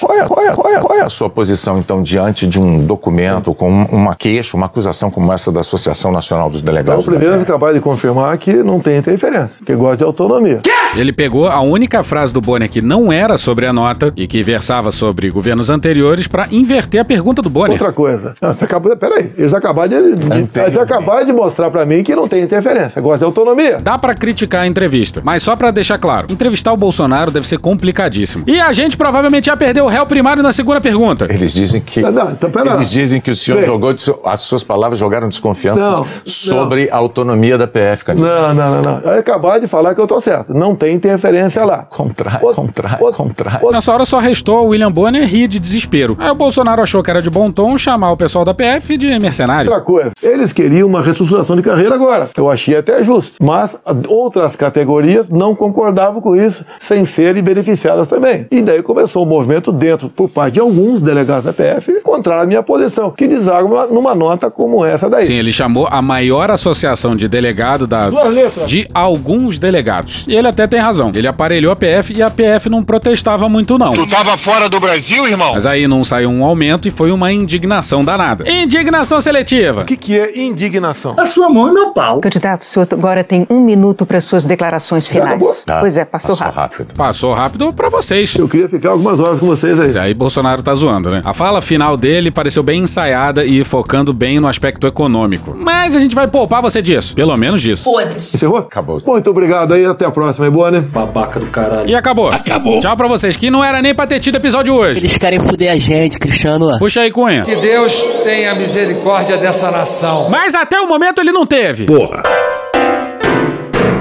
Qual é, qual é- qual é- qual é a sua posição, então, diante de um documento com uma queixa, uma acusação como essa da Associação Nacional dos
É
Então,
Delegados?
tá
primeiro, você acabou de confirmar que não tem interferência, que gosta de autonomia.
Ele pegou a única frase do Bonner que não era sobre a nota e que versava sobre governos anteriores pra inverter a pergunta do Bonner.
Outra coisa. Ah, você acabou- Peraí, eles acabaram de, de- eles acabaram de mostrar pra mim que não tem interferência, gosta de autonomia.
Dá pra criticar a entrevista, mas só pra deixar claro, entrevistar o Bolsonaro deve ser complicadíssimo. E a gente provavelmente já perdeu o réu primário na segunda pergunta.
Eles dizem que
Então,
eles dizem que o senhor jogou as suas palavras jogaram desconfianças
Não,
sobre a autonomia da PF, candidato.
Não, não, não, não. Aí Acabaram de falar que eu tô certo. Não tem interferência lá.
Contrário, contrário, contrário.
Nessa hora só restou o William Bonner rir de desespero. Aí o Bolsonaro achou que era de bom tom chamar o pessoal da PF de mercenário.
Outra coisa, eles queriam uma reestruturação de carreira agora. Eu achei até justo. Mas outras categorias não concordavam com isso, sem serem beneficiadas também. E daí começou o movimento dentro, por parte de alguns delegados da PF, contrária à minha posição, que deságua numa nota como essa daí.
Sim, ele chamou a maior associação de delegado da.
Duas letras.
De alguns delegados. E ele até você tem razão. Ele aparelhou a PF e a PF não protestava muito, não.
Tu tava fora do Brasil, irmão?
Mas aí não saiu um aumento e foi uma indignação danada. Indignação seletiva. O
que, que é indignação?
A sua mão e meu pau.
Candidato, o senhor agora tem um minuto para suas declarações finais.
Tá.
Pois é, passou, rápido.
Passou rápido pra vocês.
Eu queria ficar algumas horas com vocês aí.
Aí Bolsonaro tá zoando, né? A fala final dele pareceu bem ensaiada e focando bem no aspecto econômico. Mas a gente vai poupar você disso. Pelo menos disso.
Foda-se. Encerrou? Acabou. Muito obrigado aí, até a próxima. É boa, né?
Babaca do caralho. E acabou. Acabou. Tchau pra vocês, que não era nem pra ter tido episódio hoje. Eles querem fuder é a gente, Cristiano. Puxa aí, Cunha.
Que Deus tenha misericórdia dessa nação.
Mas até o momento ele não teve. Porra.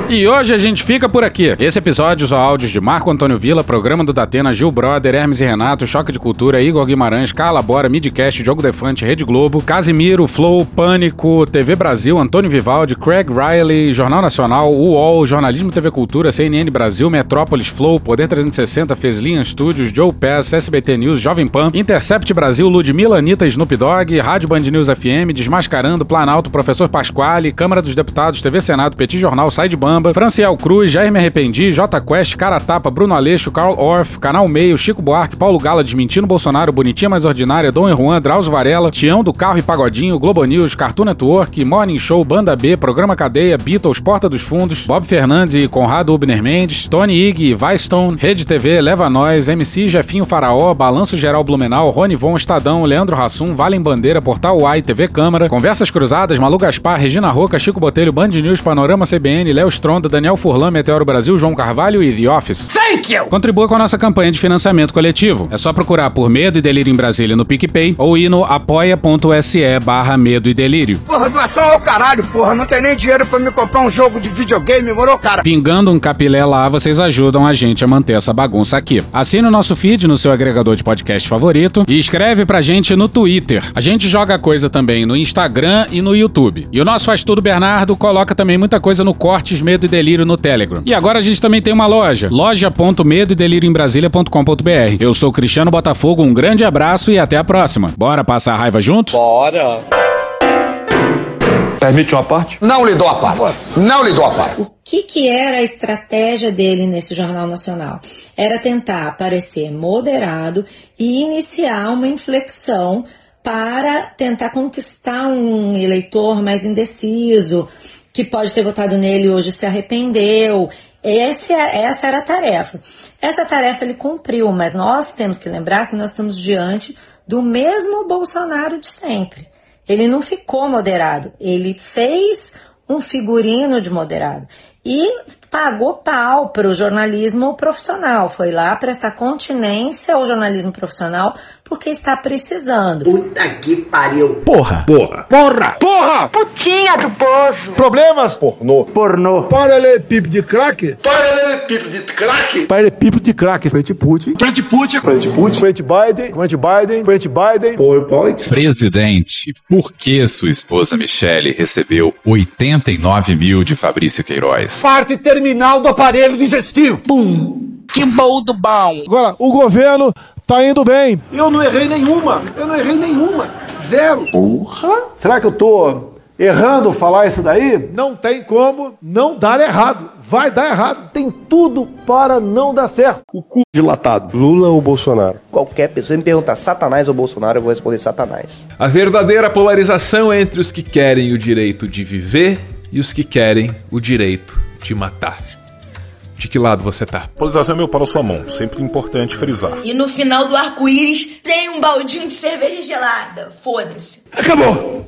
E hoje a gente fica por aqui. Esse episódio são áudios de Marco Antônio Vila, programa do Datena, Gil Brother, Hermes e Renato, Choque de Cultura, Igor Guimarães, Carla Bora, Midcast, Diogo Defante, Rede Globo, Casimiro, Flow, Pânico, TV Brasil, Antônio Vivaldi, Craig Riley, Jornal Nacional, UOL, Jornalismo TV Cultura, CNN Brasil, Metrópolis, Flow, Poder 360, Fez Linha Studios, Joe Pass, SBT News, Jovem Pan, Intercept Brasil, Ludmila, Anitta, Snoop Dogg, Rádio Band News FM, Desmascarando, Planalto, Professor Pasquale, Câmara dos Deputados, TV Senado, Petit Jornal, Sai de Bamba, Franciel Cruz, Jair Me Arrependi, J Quest, Cara Tapa, Bruno Aleixo, Carl Orff, Canal Meio, Chico Buarque, Paulo Gala, Desmentindo Bolsonaro, Bonitinha Mais Ordinária, Dom e Juan, Drauzio Varela, Tião do Carro e Pagodinho, Globo News, Cartoon Network, Morning Show, Banda B, Programa Cadeia, Beatles, Porta dos Fundos, Bob Fernandes e Conrado Ubner Mendes, Tony Ig, Vaistone, Rede TV, Leva Nós, MC Jefinho Faraó, Balanço Geral Blumenau, Rony Von, Estadão, Leandro Rassum, Valem Bandeira, Portal Uai, TV Câmara, Conversas Cruzadas, Malu Gaspar, Regina Roca, Chico Botelho, Band News, Panorama CBN, Léo Stronda, Daniel Furlan, Meteoro Brasil, João Carvalho e The Office. Thank you! Contribua com a nossa campanha de financiamento coletivo. É só procurar por Medo e Delírio em Brasília no PicPay ou ir no apoia.se barra Medo e Delírio.
Porra, doação ao caralho, porra. Não tem nem dinheiro pra me comprar um jogo de videogame, moro, cara?
Pingando um capilé lá, vocês ajudam a gente a manter essa bagunça aqui. Assine o nosso feed no seu agregador de podcast favorito e escreve pra gente no Twitter. A gente joga coisa também no Instagram e no YouTube. E o nosso Faz Tudo Bernardo coloca também muita coisa no Cortes Medo e Delírio no Telegram. E agora a gente também tem uma loja, loja.medoedelirioembrasilha.com.br. Eu sou Cristiano Botafogo, um grande abraço e até a próxima. Bora passar a raiva junto?
Bora.
Permite uma parte?
Não lhe dou a parte. Não lhe dou a parte.
O que, que era a estratégia dele nesse Jornal Nacional? Era tentar parecer moderado e iniciar uma inflexão para tentar conquistar um eleitor mais indeciso, que pode ter votado nele hoje se arrependeu. Esse, é- essa era a tarefa. Essa tarefa ele cumpriu, mas nós temos que lembrar que nós estamos diante do mesmo Bolsonaro de sempre. Ele não ficou moderado, ele fez um figurino de moderado e pagou pau para o jornalismo profissional. Foi lá prestar continência ao jornalismo profissional porque está precisando. Puta é que pariu!
Porra. Porra. Porra. Porra.
Putinha do poço!
Problemas? Pornô. Pornô.
Paralelepípedo de craque?
Paralelepípedo de craque? Paralelepípedo de craque. Frente Putin. Frente Putin. Frente Putin. Frente Biden. Frente Biden. Frente Biden. PowerPoint.
Presidente, por que sua esposa Michele recebeu 89 mil de Fabrício Queiroz?
Parte terminal do aparelho digestivo. Pum! Que bom do bom!
Agora, o governo tá indo bem.
Eu não errei nenhuma. Eu não errei nenhuma. Zero.
Porra! Será que eu tô errando falar isso daí? Não tem como não dar errado. Vai dar errado. Tem tudo para não dar certo. O cu
Dilatado. Lula ou Bolsonaro?
Qualquer pessoa me perguntar Satanás ou Bolsonaro, eu vou responder Satanás.
A verdadeira polarização é entre os que querem o direito de viver e os que querem o direito de matar. De que lado você tá? Polarização é meu para sua mão, sempre é importante frisar.
E no final do arco-íris tem um baldinho de cerveja gelada. Foda-se.
Acabou!